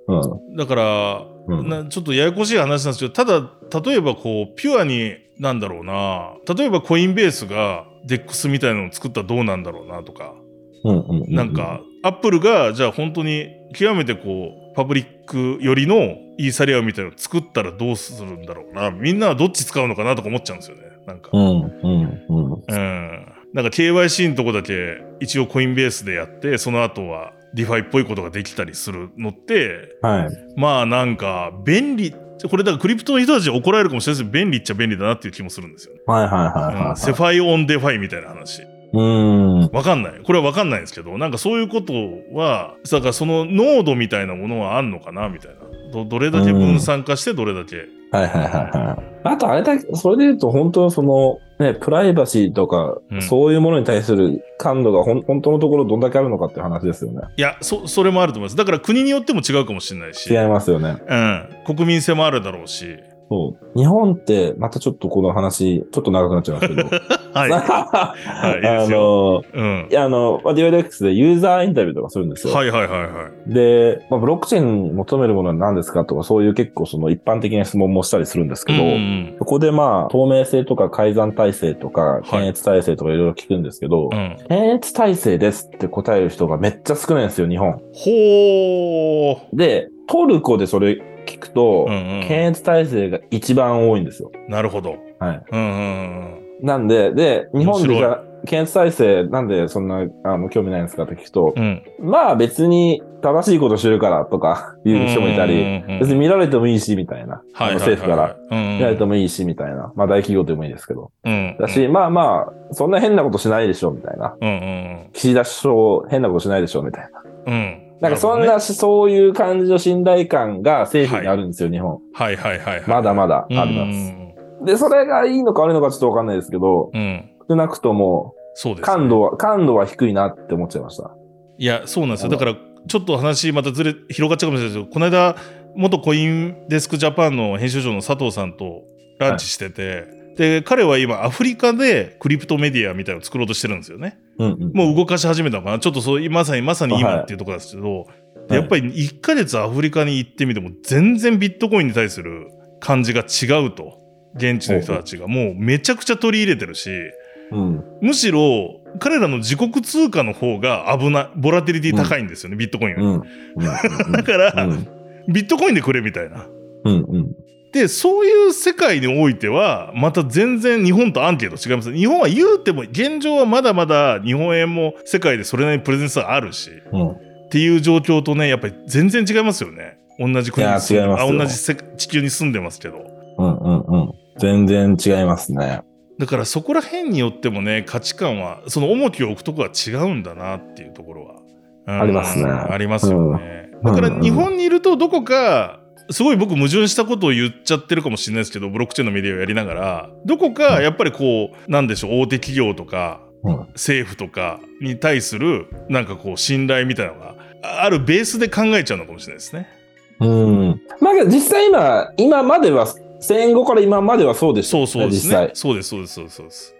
Speaker 2: うん。
Speaker 1: だから、
Speaker 2: うん
Speaker 1: なちょっとややこしい話なんですけどただ例えばこうピュアになんだろうな例えばコインベースが DEX みたいなのを作ったらどうなんだろうなとか
Speaker 2: うんうんうん。
Speaker 1: なんか、アップルが、じゃあ本当に極めてこう、パブリック寄りのイーサリアムみたいなの作ったらどうするんだろうな。みんなはどっち使うのかなとか思っちゃうんですよね。なんか
Speaker 2: う。んうんうん。
Speaker 1: うん。なんか KYC のとこだけ一応コインベースでやって、その後はディファイっぽいことができたりするのって、
Speaker 2: はい。
Speaker 1: まあなんか便利、これだからクリプトの人たちに怒られるかもしれないですけど便利っちゃ便利だなっていう気もするんですよね。
Speaker 2: はいはいはいはい
Speaker 1: うん、セ
Speaker 2: は
Speaker 1: ファイオンデファイみたいな話。
Speaker 2: い。うん。
Speaker 1: わかんない。これはわかんないんですけど、なんかそういうことは、だからその濃度みたいなものはあんのかなみたいな。ど、どれだけ分散化して、どれだけ。
Speaker 2: はいはいはいはい。あとあれだけ、それで言うと本当その、ね、プライバシーとか、
Speaker 1: うん
Speaker 2: そういうものに対する感度がほん本当のところどんだけあるのかっていう話ですよね。
Speaker 1: いや、そ、それもあると思います。だから国によっても違うかもしれないし、
Speaker 2: 違いますよね。
Speaker 1: うん。国民性もあるだろうし。
Speaker 2: そう。日本って、またちょっとこの話、ちょっと長くなっちゃいますけど。
Speaker 1: [LAUGHS] はい。いいいで
Speaker 2: あ
Speaker 1: す
Speaker 2: の、
Speaker 1: うん
Speaker 2: い。やあの、まあ DYDX でユーザーインタビューとかするんですよ。
Speaker 1: はいはいはいはい。
Speaker 2: で、まあ、ブロックチェーンに求めるものは何ですかとか、そういう結構その一般的な質問もしたりするんですけど、
Speaker 1: うん
Speaker 2: そこでまあ、透明性とか改ざん体制とか
Speaker 1: い、
Speaker 2: 検閲体制とかいろいろ聞くんですけど、
Speaker 1: うん。うん。
Speaker 2: 検閲体制ですって答える人がめっちゃ少ないんですよ、日本。
Speaker 1: ほー。
Speaker 2: で、トルコでそれ聞くと、
Speaker 1: うんうん。
Speaker 2: 検閲体制が一番多いんですよ。
Speaker 1: なるほど。
Speaker 2: はい。
Speaker 1: うんうんうん。
Speaker 2: なんで、で、日本で
Speaker 1: 面白い
Speaker 2: じゃあ検閲体制なんでそんなあの興味ないんですかって聞くと、
Speaker 1: うん。
Speaker 2: まあ別に正しいことしてるからとかいう人もいたり、
Speaker 1: うんうんうん
Speaker 2: 別に見られてもいいし、みたいな。
Speaker 1: はいはいはい
Speaker 2: あの政府から。。
Speaker 1: うん
Speaker 2: 見られて
Speaker 1: うん。
Speaker 2: もいいし、みたいな。まあ大企業でもいいですけど。
Speaker 1: うん。
Speaker 2: だし、まあまあ、そんな変なことしないでしょ、みたいな。
Speaker 1: うんうん
Speaker 2: 岸田首相、変なことしないでしょ、みたいな。
Speaker 1: うん。うん。
Speaker 2: なんかそん
Speaker 1: るほどね。
Speaker 2: な、そういう感じの信頼感が政府にあるんですよ、日本。
Speaker 1: はいはいはいはい。
Speaker 2: まだまだあります。で、それがいいのか悪いのかちょっとわかんないですけど、
Speaker 1: うん。うん。
Speaker 2: 少なくとも、
Speaker 1: そうです、
Speaker 2: 感度は、感度は低いなって思っちゃいました。
Speaker 1: いや、そうなんですよ。
Speaker 2: あ
Speaker 1: だ
Speaker 2: の
Speaker 1: から、ちょっと話、またずれ、広がっちゃうかもしれないですけど、この間、元コインデスクジャパンの編集長の佐藤さんとランチしてて、で、彼は今、アフリカでクリプトメディアみたいなのを作ろうとしてるんですよね。
Speaker 2: うんうん。
Speaker 1: もう動かし始めたのかな。ちょっとそう、まさに、まさに今っていうところなんですけど、
Speaker 2: い
Speaker 1: やっぱり1ヶ月アフリカに行ってみても、全然ビットコインに対する感じが違うと。現地の人たちが、もうめちゃくちゃ取り入れてるし、
Speaker 2: うん。
Speaker 1: むしろ彼らの自国通貨の方が危ないボラティリティ高いんですよね、ビットコインよ
Speaker 2: う
Speaker 1: り
Speaker 2: ん。うん。
Speaker 1: だから、
Speaker 2: うん。
Speaker 1: ビットコインでくれみたいな
Speaker 2: うん。うん。
Speaker 1: でそういう世界においてはまた全然日本とアンケート違います日本は言うても現状はまだまだ日本円も世界でそれなりにプレゼンスはあるしっ
Speaker 2: うん。
Speaker 1: ていう状況とねやっぱり全然違いますよね同じ国に住ん
Speaker 2: いや違います
Speaker 1: あ
Speaker 2: よ
Speaker 1: 同じ世地球に住んでますけど
Speaker 2: うんうんうん。全然違いますね。
Speaker 1: だからそこら辺によってもね価値観はその重きを置くとこは違うんだなっていうところは、うん
Speaker 2: ありますね
Speaker 1: ありますよね、
Speaker 2: うん
Speaker 1: だか
Speaker 2: うん
Speaker 1: ら
Speaker 2: うん
Speaker 1: 日本にいるとどこかすごい僕矛盾したことを言っちゃってるかもしれないですけどブロックチェーンのメディアをやりながらどこかやっぱりこうなんでしょう大手企業とか
Speaker 2: うん
Speaker 1: 政府とかに対するなんかこう信頼みたいなのがあるベースで考えちゃうのかもしれないですね。
Speaker 2: うん。まあけど実際今、今までは、戦後から今まではそうでした
Speaker 1: そ
Speaker 2: よ
Speaker 1: うそうです
Speaker 2: 実
Speaker 1: ね
Speaker 2: 際。
Speaker 1: そうですそうですそうですそうです。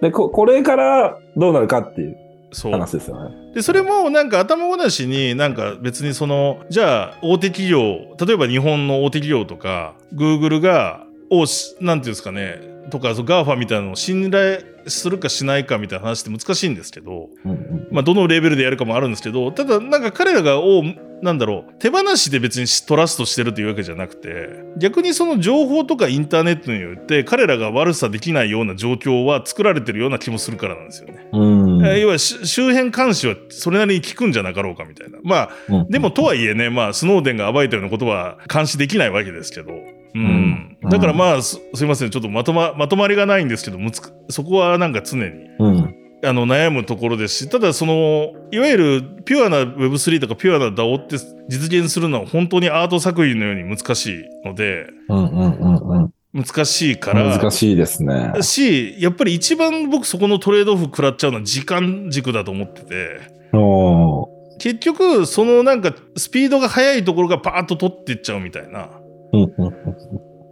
Speaker 2: でこ、これからどうなるかっていう
Speaker 1: そう
Speaker 2: 話ですよね。
Speaker 1: でそれもなんか頭ごなしになんか別にそのじゃあ大手企業例えば日本の大手企業とか Google がをしなんていうんですかねとかその GAFA みたいなのを信頼するかしないかみたいな話って難しいんですけど、
Speaker 2: うんうん
Speaker 1: まあ、どのレベルでやるかもあるんですけどただなんか彼らがをなんだろう手放しで別にトラストしてるというわけじゃなくて逆にその情報とかインターネットによって彼らが悪さできないような状況は作られてるような気もするからなんですよね。
Speaker 2: うん
Speaker 1: えー要はし周辺監視はそれなりに効くんじゃなかろうかみたいな。まあ、
Speaker 2: うん
Speaker 1: でもとはいえね、まあ、スノーデンが暴いたようなことは監視できないわけですけど。うん
Speaker 2: うん
Speaker 1: だからまあ、すすいません、ちょっとまとままとまりがないんですけど、むつくそこはなんか常に
Speaker 2: うん。
Speaker 1: あの悩むところですし、ただその、いわゆるピュアな Web3 とかピュアな DAO って実現するのは本当にアート作品のように難しいので、
Speaker 2: うんうんうんうん。
Speaker 1: 難しいから、
Speaker 2: 難しいですね。
Speaker 1: し、やっぱり一番僕そこのトレードオフ食らっちゃうのは時間軸だと思ってて、
Speaker 2: おー
Speaker 1: 結局そのなんかスピードが速いところがパーッと取っていっちゃうみたいな
Speaker 2: うんうんうん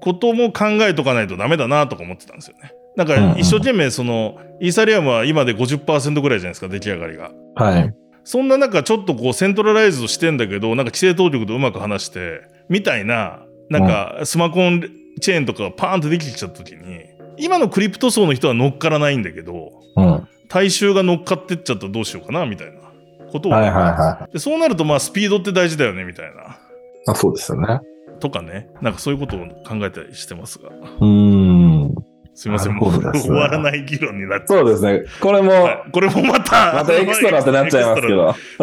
Speaker 1: ことも考えとかないとダメだなとか思ってたんですよね。だか
Speaker 2: うん
Speaker 1: ら
Speaker 2: うん
Speaker 1: 一生懸命そのイーサリアムは今で50%ぐらいじゃないですか出来上がりが。
Speaker 2: はい。
Speaker 1: そんな中、ちょっとこう、セントラライズしてんだけど、なんか規制当局とうまく話して、みたいな、なんか、スマコンチェーンとかがパーンとできてきちゃった時に、今のクリプト層の人は乗っからないんだけど、
Speaker 2: うん。はい
Speaker 1: 大衆が乗っかってっちゃったらどうしようかな、みたいなことを。
Speaker 2: はいは
Speaker 1: でそうなると、まあ、スピードって大事だよね、みたいな。
Speaker 2: い。あそうですよね。
Speaker 1: とかね。なんかそういうことを考えたりしてますが。
Speaker 2: うーん。
Speaker 1: すいません、
Speaker 2: な
Speaker 1: も
Speaker 2: る
Speaker 1: う
Speaker 2: ほどですね
Speaker 1: 終わらない議論になっちゃ
Speaker 2: そうですね。これも、
Speaker 1: はいこれもまた、
Speaker 2: またエクストラってなっちゃいますけ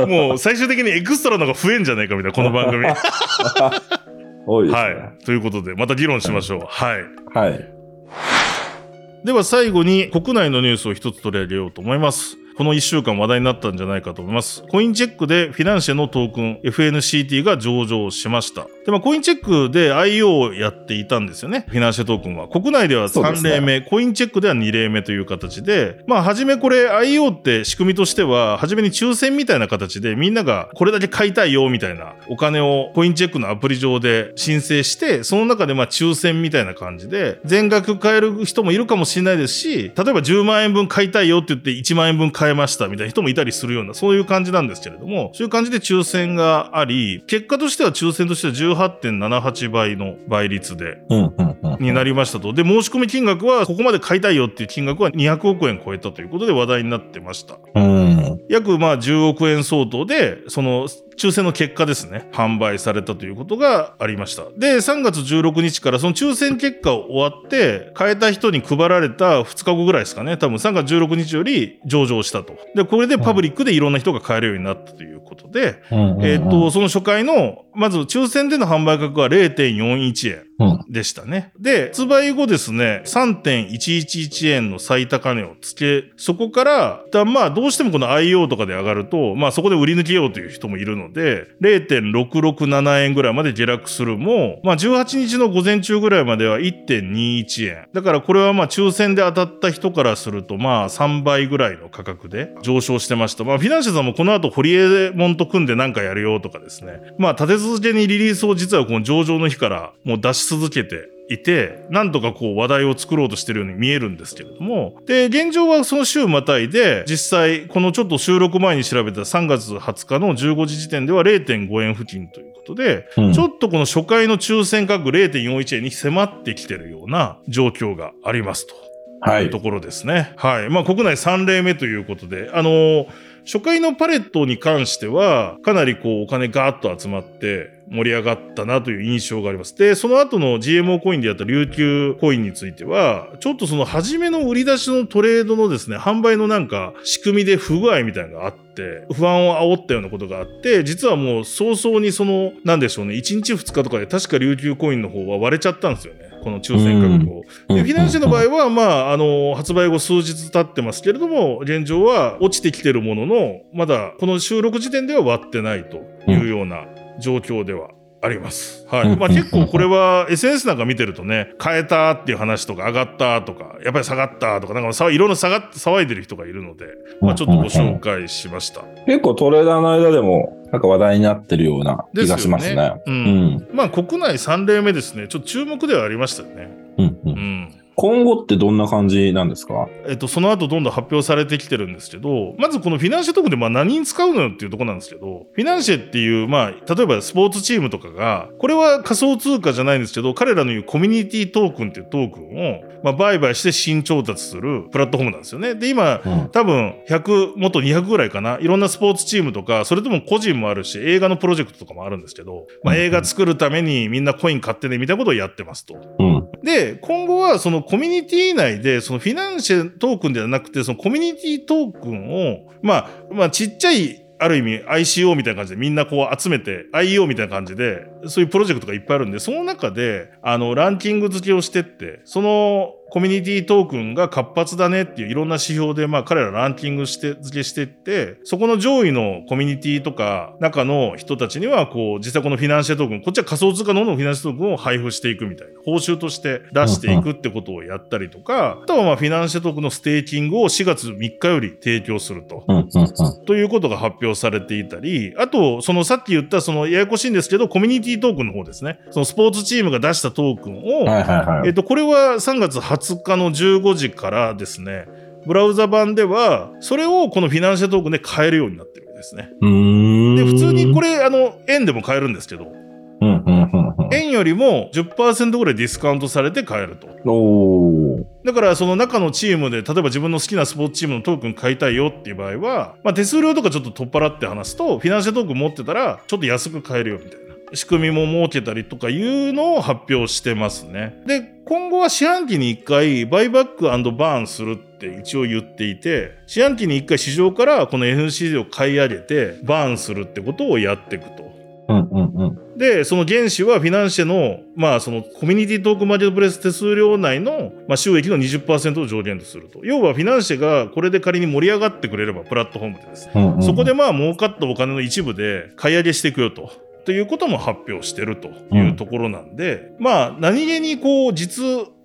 Speaker 2: ど。
Speaker 1: もう最終的にエクストラの方が増えんじゃないかみたいな、この番
Speaker 2: [LAUGHS]
Speaker 1: 組。は
Speaker 2: 多いですね。
Speaker 1: い。ということで、また議論しましょう。はい。
Speaker 2: はい。
Speaker 1: では最後に国内のニュースを一つ取り上げようと思います。この1週間話題になったんじゃないかと思います。コインチェックでフィナンシェのトークン FNCT が上場しました。で、まあコインチェックで IO をやっていたんですよね。フィナンシェトークンは。国内では
Speaker 2: そうです
Speaker 1: 3
Speaker 2: ね
Speaker 1: 例目、コインチェックでは2例目という形で、まあ初めこれ IO って仕組みとしては、初めに抽選みたいな形でみんながこれだけ買いたいよみたいなお金をコインチェックのアプリ上で申請して、その中でまあ抽選みたいな感じで、全額買える人もいるかもしれないですし、例えば10万円分買いたいよって言って1万円分買えましたみたいな人もいたりするような、そういう感じなんですけれども、そういう感じで抽選があり、結果としては抽選としては18.78倍の倍率で
Speaker 2: うんうん
Speaker 1: になりましたと。で、申し込み金額は、ここまで買いたいよっていう金額は200億円超えたということで話題になってました。
Speaker 2: うん。うん。
Speaker 1: 約まあ10億円相当で、その抽選の結果ですね、販売されたということがありました。で、3月16日からその抽選結果を終わって、買えた人に配られた2日後ぐらいですかね、多分3月16日より上場したと。で、これでパブリックでいろんな人が買えるようになったということで、
Speaker 2: うん
Speaker 1: えっ、と、、その初回の、まず抽選での販売価格は0.41
Speaker 2: うん
Speaker 1: 円でしたね。で、発売後ですね、3.111円の最高値をつけ、そこから、だまあ、どうしてもこの IO とかで上がると、まあ、そこで売り抜けようという人もいるので、0.667円ぐらいまで下落するも、まあ、18日の午前中ぐらいまでは1.21円。だからこれはまあ、抽選で当たった人からすると、まあ、3倍ぐらいの価格で上昇してました。まあ、フィナンシェさんもこの後、ホリエモンと組んでなんかやるよとかですね。まあ、立て続けにリリースを実はこの上場の日からもう出し続けて、いて、なんとかこう話題を作ろうとしてるように見えるんですけれども、で、現状はその週またいで、実際、このちょっと収録前に調べた3月20日の15時時点では0.5円付近ということで、
Speaker 2: うん
Speaker 1: ちょっとこの初回の抽選価格0.41円に迫ってきてるような状況がありますと。
Speaker 2: はいいう
Speaker 1: と。ころですね。はい。まあ、国内3例目ということで、あのー初回のパレットに関しては、かなりこう、お金ガーッと集まって、盛り上がったなという印象があります。で、その後の GMO コインでやった琉球コインについては、ちょっとその初めの売り出しのトレードのですね、販売のなんか仕組みで不具合みたいなのがあって、不安を煽ったようなことがあって、実はもう早々にその、なんでしょうね、1日2日とかで確か琉球コインの方は割れちゃったんですよね。この抽選価格を。でフィナンシェの場合は、まあ、あの、発売後数日経ってますけれども、現状は落ちてきてるものの、まだこの収録時点では割ってないというような状況ではあります。は
Speaker 2: うん
Speaker 1: い。
Speaker 2: うん
Speaker 1: まあ結構これは SNS なんか見てるとね、変えたっていう話とか上がったとか、やっぱり下がったとか、なんかさいろんな下が騒いでる人がいるので、まあちょっとご紹介しました。
Speaker 2: 結構トレーダーの間でも、なんか話題になってるような
Speaker 1: で
Speaker 2: 気
Speaker 1: すよ
Speaker 2: が
Speaker 1: ね
Speaker 2: しますね。
Speaker 1: う。
Speaker 2: うんん。
Speaker 1: まあ国内3例目ですね。ちょっと注目ではありましたよね。
Speaker 2: うんう。
Speaker 1: うんん。
Speaker 2: 今後ってどんな感じなんですか
Speaker 1: えっと、その後どんどん発表されてきてるんですけど、まずこのフィナンシェトークンでまあ何に使うのよっていうところなんですけど、フィナンシェっていう、まあ、例えばスポーツチームとかが、これは仮想通貨じゃないんですけど、彼らの言うコミュニティトークンっていうトークンを、まあ、売買して新調達するプラットフォームなんですよね。で、今、
Speaker 2: うん。
Speaker 1: 多分100元200ぐらいかないろんなスポーツチームとかそれとも個人もあるし映画のプロジェクトとかもあるんですけど、まあ、
Speaker 2: うんうん
Speaker 1: 映画作るためにみんなコイン買ってねみたいなことをやってますと。
Speaker 2: うん。
Speaker 1: で、今後はそのコミュニティ内で、そのフィナンシェトークンではなくて、そのコミュニティトークンを、まあ、まあ、ちっちゃい、ある意味 ICO みたいな感じでみんなこう集めて IEO みたいな感じでそういうプロジェクトがいっぱいあるんでその中であのランキング付けをしてってそのコミュニティトークンが活発だねっていういろんな指標でまあ彼らランキングして付けしてってそこの上位のコミュニティとか中の人たちにはこう実際このフィナンシェトークンこっちは仮想通貨の方のフィナンシェトークンを配布していくみたいな報酬として出していくってことをやったりとかあとはまあフィナンシェトークンのステーキングを4月3日より提供すると
Speaker 2: うん。うん。
Speaker 1: ということが発表されていたり、あと、そのさっき言った、そのややこしいんですけど、コミュニティトークンの方ですね。そのスポーツチームが出したトークンを、
Speaker 2: うん。はいはいは
Speaker 1: えっ
Speaker 2: い。
Speaker 1: と、これは3月20日の15時からですね、ブラウザ版では、それをこのフィナンシェトークンで買えるようになってるみたいですね。
Speaker 2: うーん。
Speaker 1: で、普通にこれ、あの、円でも買えるんですけど、
Speaker 2: うん、うん、うん、うん。
Speaker 1: 円よりも10%ぐらいディスカウントされて買えると。
Speaker 2: おー。
Speaker 1: だから、その中のチームで、例えば自分の好きなスポーツチームのトークン買いたいよっていう場合は、まあ、手数料とかちょっと取っ払って話すと、フィナンシャルトークン持ってたら、ちょっと安く買えるよみたいな。仕組みも設けたりとかいうのを発表してますね。で、今後は四半期に1回、バイバックバーンするって一応言っていて、四半期に1回市場からこの FCD を買い上げて、バーンするってことをやっていくと。
Speaker 2: うん、うん、うん。
Speaker 1: で、その原資はフィナンシェの、まあ、そのコミュニティトークンマーケットプレス手数料内の、まあ、収益の20%を上限とすると。要は、フィナンシェがこれで仮に盛り上がってくれれば、プラットフォームでですね。
Speaker 2: うんうん
Speaker 1: そこで、まあ、儲かったお金の一部で買い上げしていくよと。ということも発表してるというところなんで、まあ、何気にこう、実、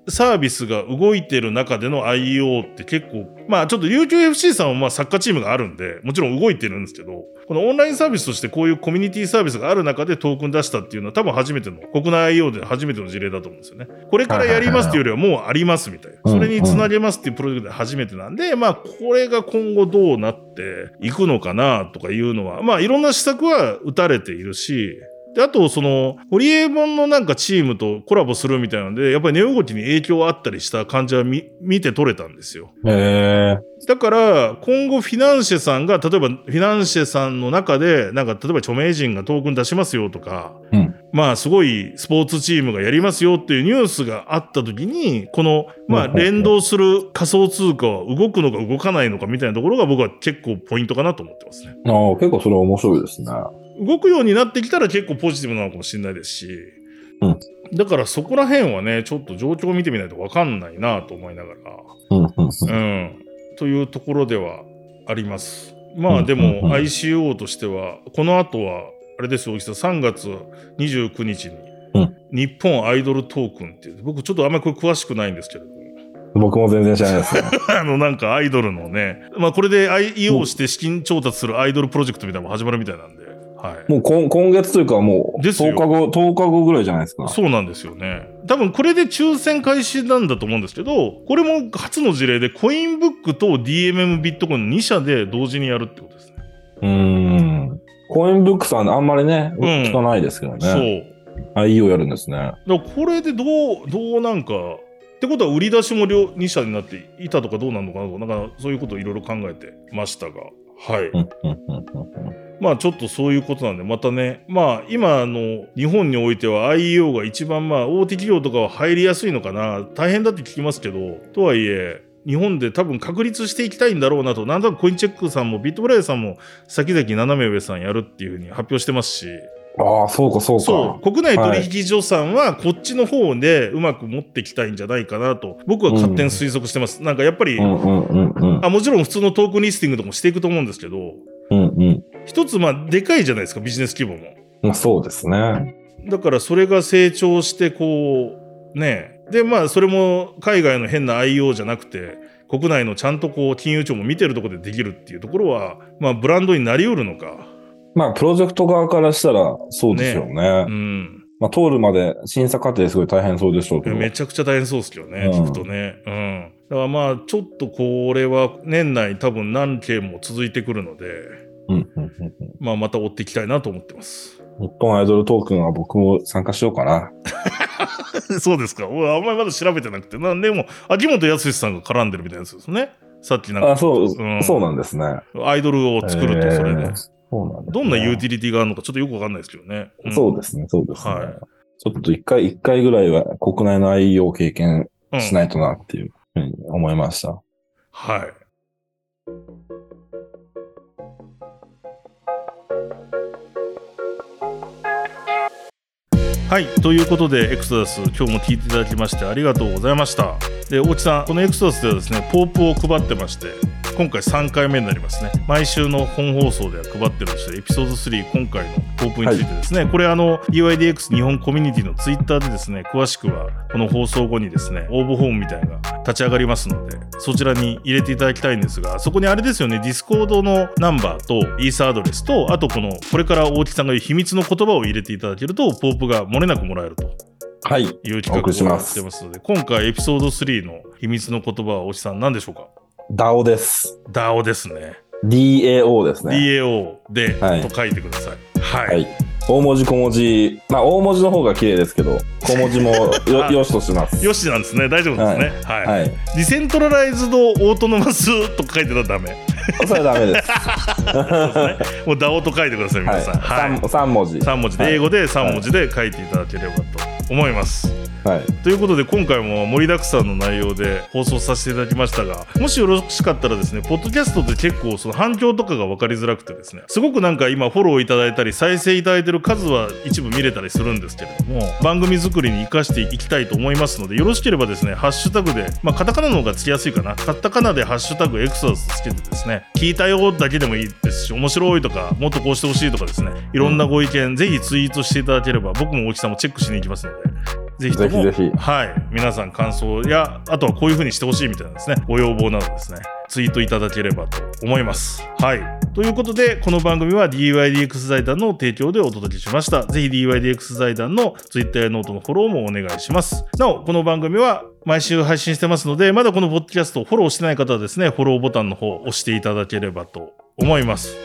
Speaker 1: サービスが動いてる中での IEO って結構、まあちょっと UQFC さんはまあサッカーチームがあるんで、もちろん動いてるんですけど、このオンラインサービスとしてこういうコミュニティサービスがある中でトークン出したっていうのは多分初めての、国内 IEO で初めての事例だと思うんですよね。これからやりますっていうよりはもうありますみたいな。
Speaker 2: はい
Speaker 1: そ
Speaker 2: はいは
Speaker 1: れ
Speaker 2: い
Speaker 1: につなげますっていうプロジェクトで初めてなんで、まあこれが今後どうなっていくのかなとかいうのは、まあいろんな施策は打たれているし、で、あと、その、ホリエモンのなんかチームとコラボするみたいなので、やっぱり値動きに影響あったりした感じは見見て取れたんですよ。
Speaker 2: へ
Speaker 1: だから、今後フィナンシェさんが、例えばフィナンシェさんの中で、なんか例えば著名人がトークン出しますよとか、
Speaker 2: え。うん。
Speaker 1: まあすごいスポーツチームがやりますよっていうニュースがあった時に、この、まあ
Speaker 2: うんうんうん
Speaker 1: 連動する仮想通貨は動くのか動かないのかみたいなところが僕は結構ポイントかなと思ってますね。
Speaker 2: ああ、結構それ面白いですね。
Speaker 1: 動くようになってきたら結構ポジティブなのかもしれないですし、
Speaker 2: うん
Speaker 1: だからそこら辺はね、ちょっと状況を見てみないとわかんないなと思いながら、
Speaker 2: うん、うん、うん。
Speaker 1: うん、というところではあります。まあ
Speaker 2: うん
Speaker 1: で
Speaker 2: うんう
Speaker 1: も
Speaker 2: ん
Speaker 1: ICO としては、この後は、あれですよ、大木さん、3月29日に
Speaker 2: うん、
Speaker 1: 日本アイドルトークンっていう、僕ちょっとあんまりこれ詳しくないんですけれども、 [LAUGHS]
Speaker 2: 僕も全然知らないですね。
Speaker 1: あのなんかアイドルのね、まあこれで IEO して資金調達するアイドルプロジェクトみたいなのも始まるみたいなんで、はい。
Speaker 2: もう今今月というかもう
Speaker 1: ですよ
Speaker 2: 10日後、10日後ぐらいじゃないですか。
Speaker 1: そうなんですよね。多分これで抽選開始なんだと思うんですけど、これも初の事例でコインブックと DMM ビットコインの2社で同時にやるってことですね。
Speaker 2: うーん。コインブックさんあんまりね、
Speaker 1: うん
Speaker 2: 聞かないですけどね。
Speaker 1: そ
Speaker 2: IE をやるんですね。
Speaker 1: う。だからこれでどう、どうなんか、ってことは売り出しも両2社になっていたとかどうなのかなとか、なんかそういうことをいろいろ考えてましたが。はい。
Speaker 2: うん、うん、うん、うん
Speaker 1: まあちょっとそういうことなんで、またね、まあ今あの日本においては IEO が一番まあ大手企業とかは入りやすいのかな、大変だって聞きますけど、とはいえ、日本で多分確立していきたいんだろうなと、なんとなくコインチェックさんもビットブレイさんも先々斜め上さんやるっていうふうに発表してますし、
Speaker 2: うん。ああ、そうか、そうか。
Speaker 1: そう、国内取引所さんはこっちの方でうまく持っていきたいんじゃないかなと、僕は勝手に推測してます。なんかやっぱり、
Speaker 2: うん、うん、うん、うん。
Speaker 1: あもちろん普通のトークンリスティングとかもしていくと思うんですけど、
Speaker 2: うん、うん。
Speaker 1: 一つまあでかいじゃないですか、ビジネス規模も。
Speaker 2: まあそうですね。
Speaker 1: だからそれが成長してこうねでまあそれも海外の変な IO じゃなくて国内のちゃんとこう金融庁も見てるところでできるっていうところはまあブランドになりうるのか
Speaker 2: まあプロジェクト側からしたらそうですよね。
Speaker 1: うん
Speaker 2: まあ通るまで審査過程すごい大変そうでしょうけど。
Speaker 1: めちゃくちゃ大変そうですけどね、
Speaker 2: うん
Speaker 1: 聞くとねうんだからまあちょっとこれは年内多分何件も続いてくるので
Speaker 2: うん、うん、うん。
Speaker 1: まあまた追っていきたいなと思ってます
Speaker 2: 日本アイドルトークンは僕も参加しようかな。
Speaker 1: [LAUGHS] そうですか俺あんまりまだ調べてなくてなんでも秋元康さんが絡んでるみたいなやつですねさっきなんか
Speaker 2: あ、そう、
Speaker 1: うん
Speaker 2: そうなんですね。
Speaker 1: アイドルを作るとそれで、
Speaker 2: えーそうなんですね
Speaker 1: どんなユーティリティがあるのかちょっとよくわかんないですけどね。ん
Speaker 2: そうですね、そうですね。
Speaker 1: はい
Speaker 2: ちょっと一回、一回ぐらいは国内の IE を経験しないとなっていうふうに思いました。
Speaker 1: はい。はい。ということで、エクソダス、今日も聞いていただきましてありがとうございました。で、大木さん、このエクソダスではですね、ポープを配ってまして、今回3回目になりますね。毎週の本放送では配ってるんですけどエピソード3、今回のポープについてですね、これあの、DYDX 日本コミュニティのツイッターでですね、詳しくは、この放送後にですね、応募フォームみたいなのが立ち上がりますので、そちらに入れていただきたいんですが、そこにあれですよね、ディスコードのナンバーと、イーサアドレスと、あとこの、これから大木さんが言う秘密の言葉を入れていただけると、ポープが漏れなくもらえると。
Speaker 2: はい。
Speaker 1: いう
Speaker 2: お
Speaker 1: 企
Speaker 2: 送りし
Speaker 1: 画をや
Speaker 2: ま
Speaker 1: っ
Speaker 2: す
Speaker 1: てますので、今回エピソード3の秘密の言葉は、おじさん何でしょうか
Speaker 2: ダオです。
Speaker 1: ?DAO ですね。
Speaker 2: DAO ですね。
Speaker 1: DAO で、
Speaker 2: はい
Speaker 1: と書いてください。はい。
Speaker 2: はい。大文字小文字。まあ、大文字の方が綺麗ですけど、小文字も
Speaker 1: [LAUGHS]
Speaker 2: よよしとします。
Speaker 1: よしなんですね。大丈夫ですね。はい。
Speaker 2: はい。
Speaker 1: ディセントラライズドオートノマスと書いてたらダメ。
Speaker 2: それはダメです。
Speaker 1: そうですね。もう DAO と書いてください、皆さん。
Speaker 2: は。
Speaker 1: はいい。
Speaker 2: 三三文字。
Speaker 1: 3文字で、
Speaker 2: はい
Speaker 1: 英語で3文字で書いていただければと思います。
Speaker 2: はい。
Speaker 1: ということで今回も盛りだくさんの内容で放送させていただきましたがもしよろしかったらですねポッドキャストって結構その反響とかが分かりづらくてですねすごくなんか今フォローいただいたり再生いただいてる数は一部見れたりするんですけれども番組作りに生かしていきたいと思いますのでよろしければですねハッシュタグでまあカタカナの方がつきやすいかなカタカナでハッシュタグエクソダスつけてですね聞いたよだけでもいいですし面白いとかもっとこうしてほしいとかですねいろんなご意見ぜひツイートしていただければ僕も大木さんもチェックしに行きますのでぜひとも
Speaker 2: ぜひぜひ
Speaker 1: はい、皆さん感想やあとはこういう風にしてほしいみたいなですねご要望などですねツイートいただければと思います。はい、ということでこの番組は DYDX 財団の提供でお届けしました。ぜひ DYDX 財団の Twitter やノートのフォローもお願いします。なおこの番組は毎週配信してますのでまだこのポッドキャストをフォローしてない方はですねフォローボタンの方を押していただければと思います。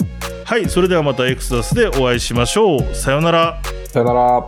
Speaker 1: はい、それではまたエクスダスでお会いしましょう。さようなら。
Speaker 2: さよなら。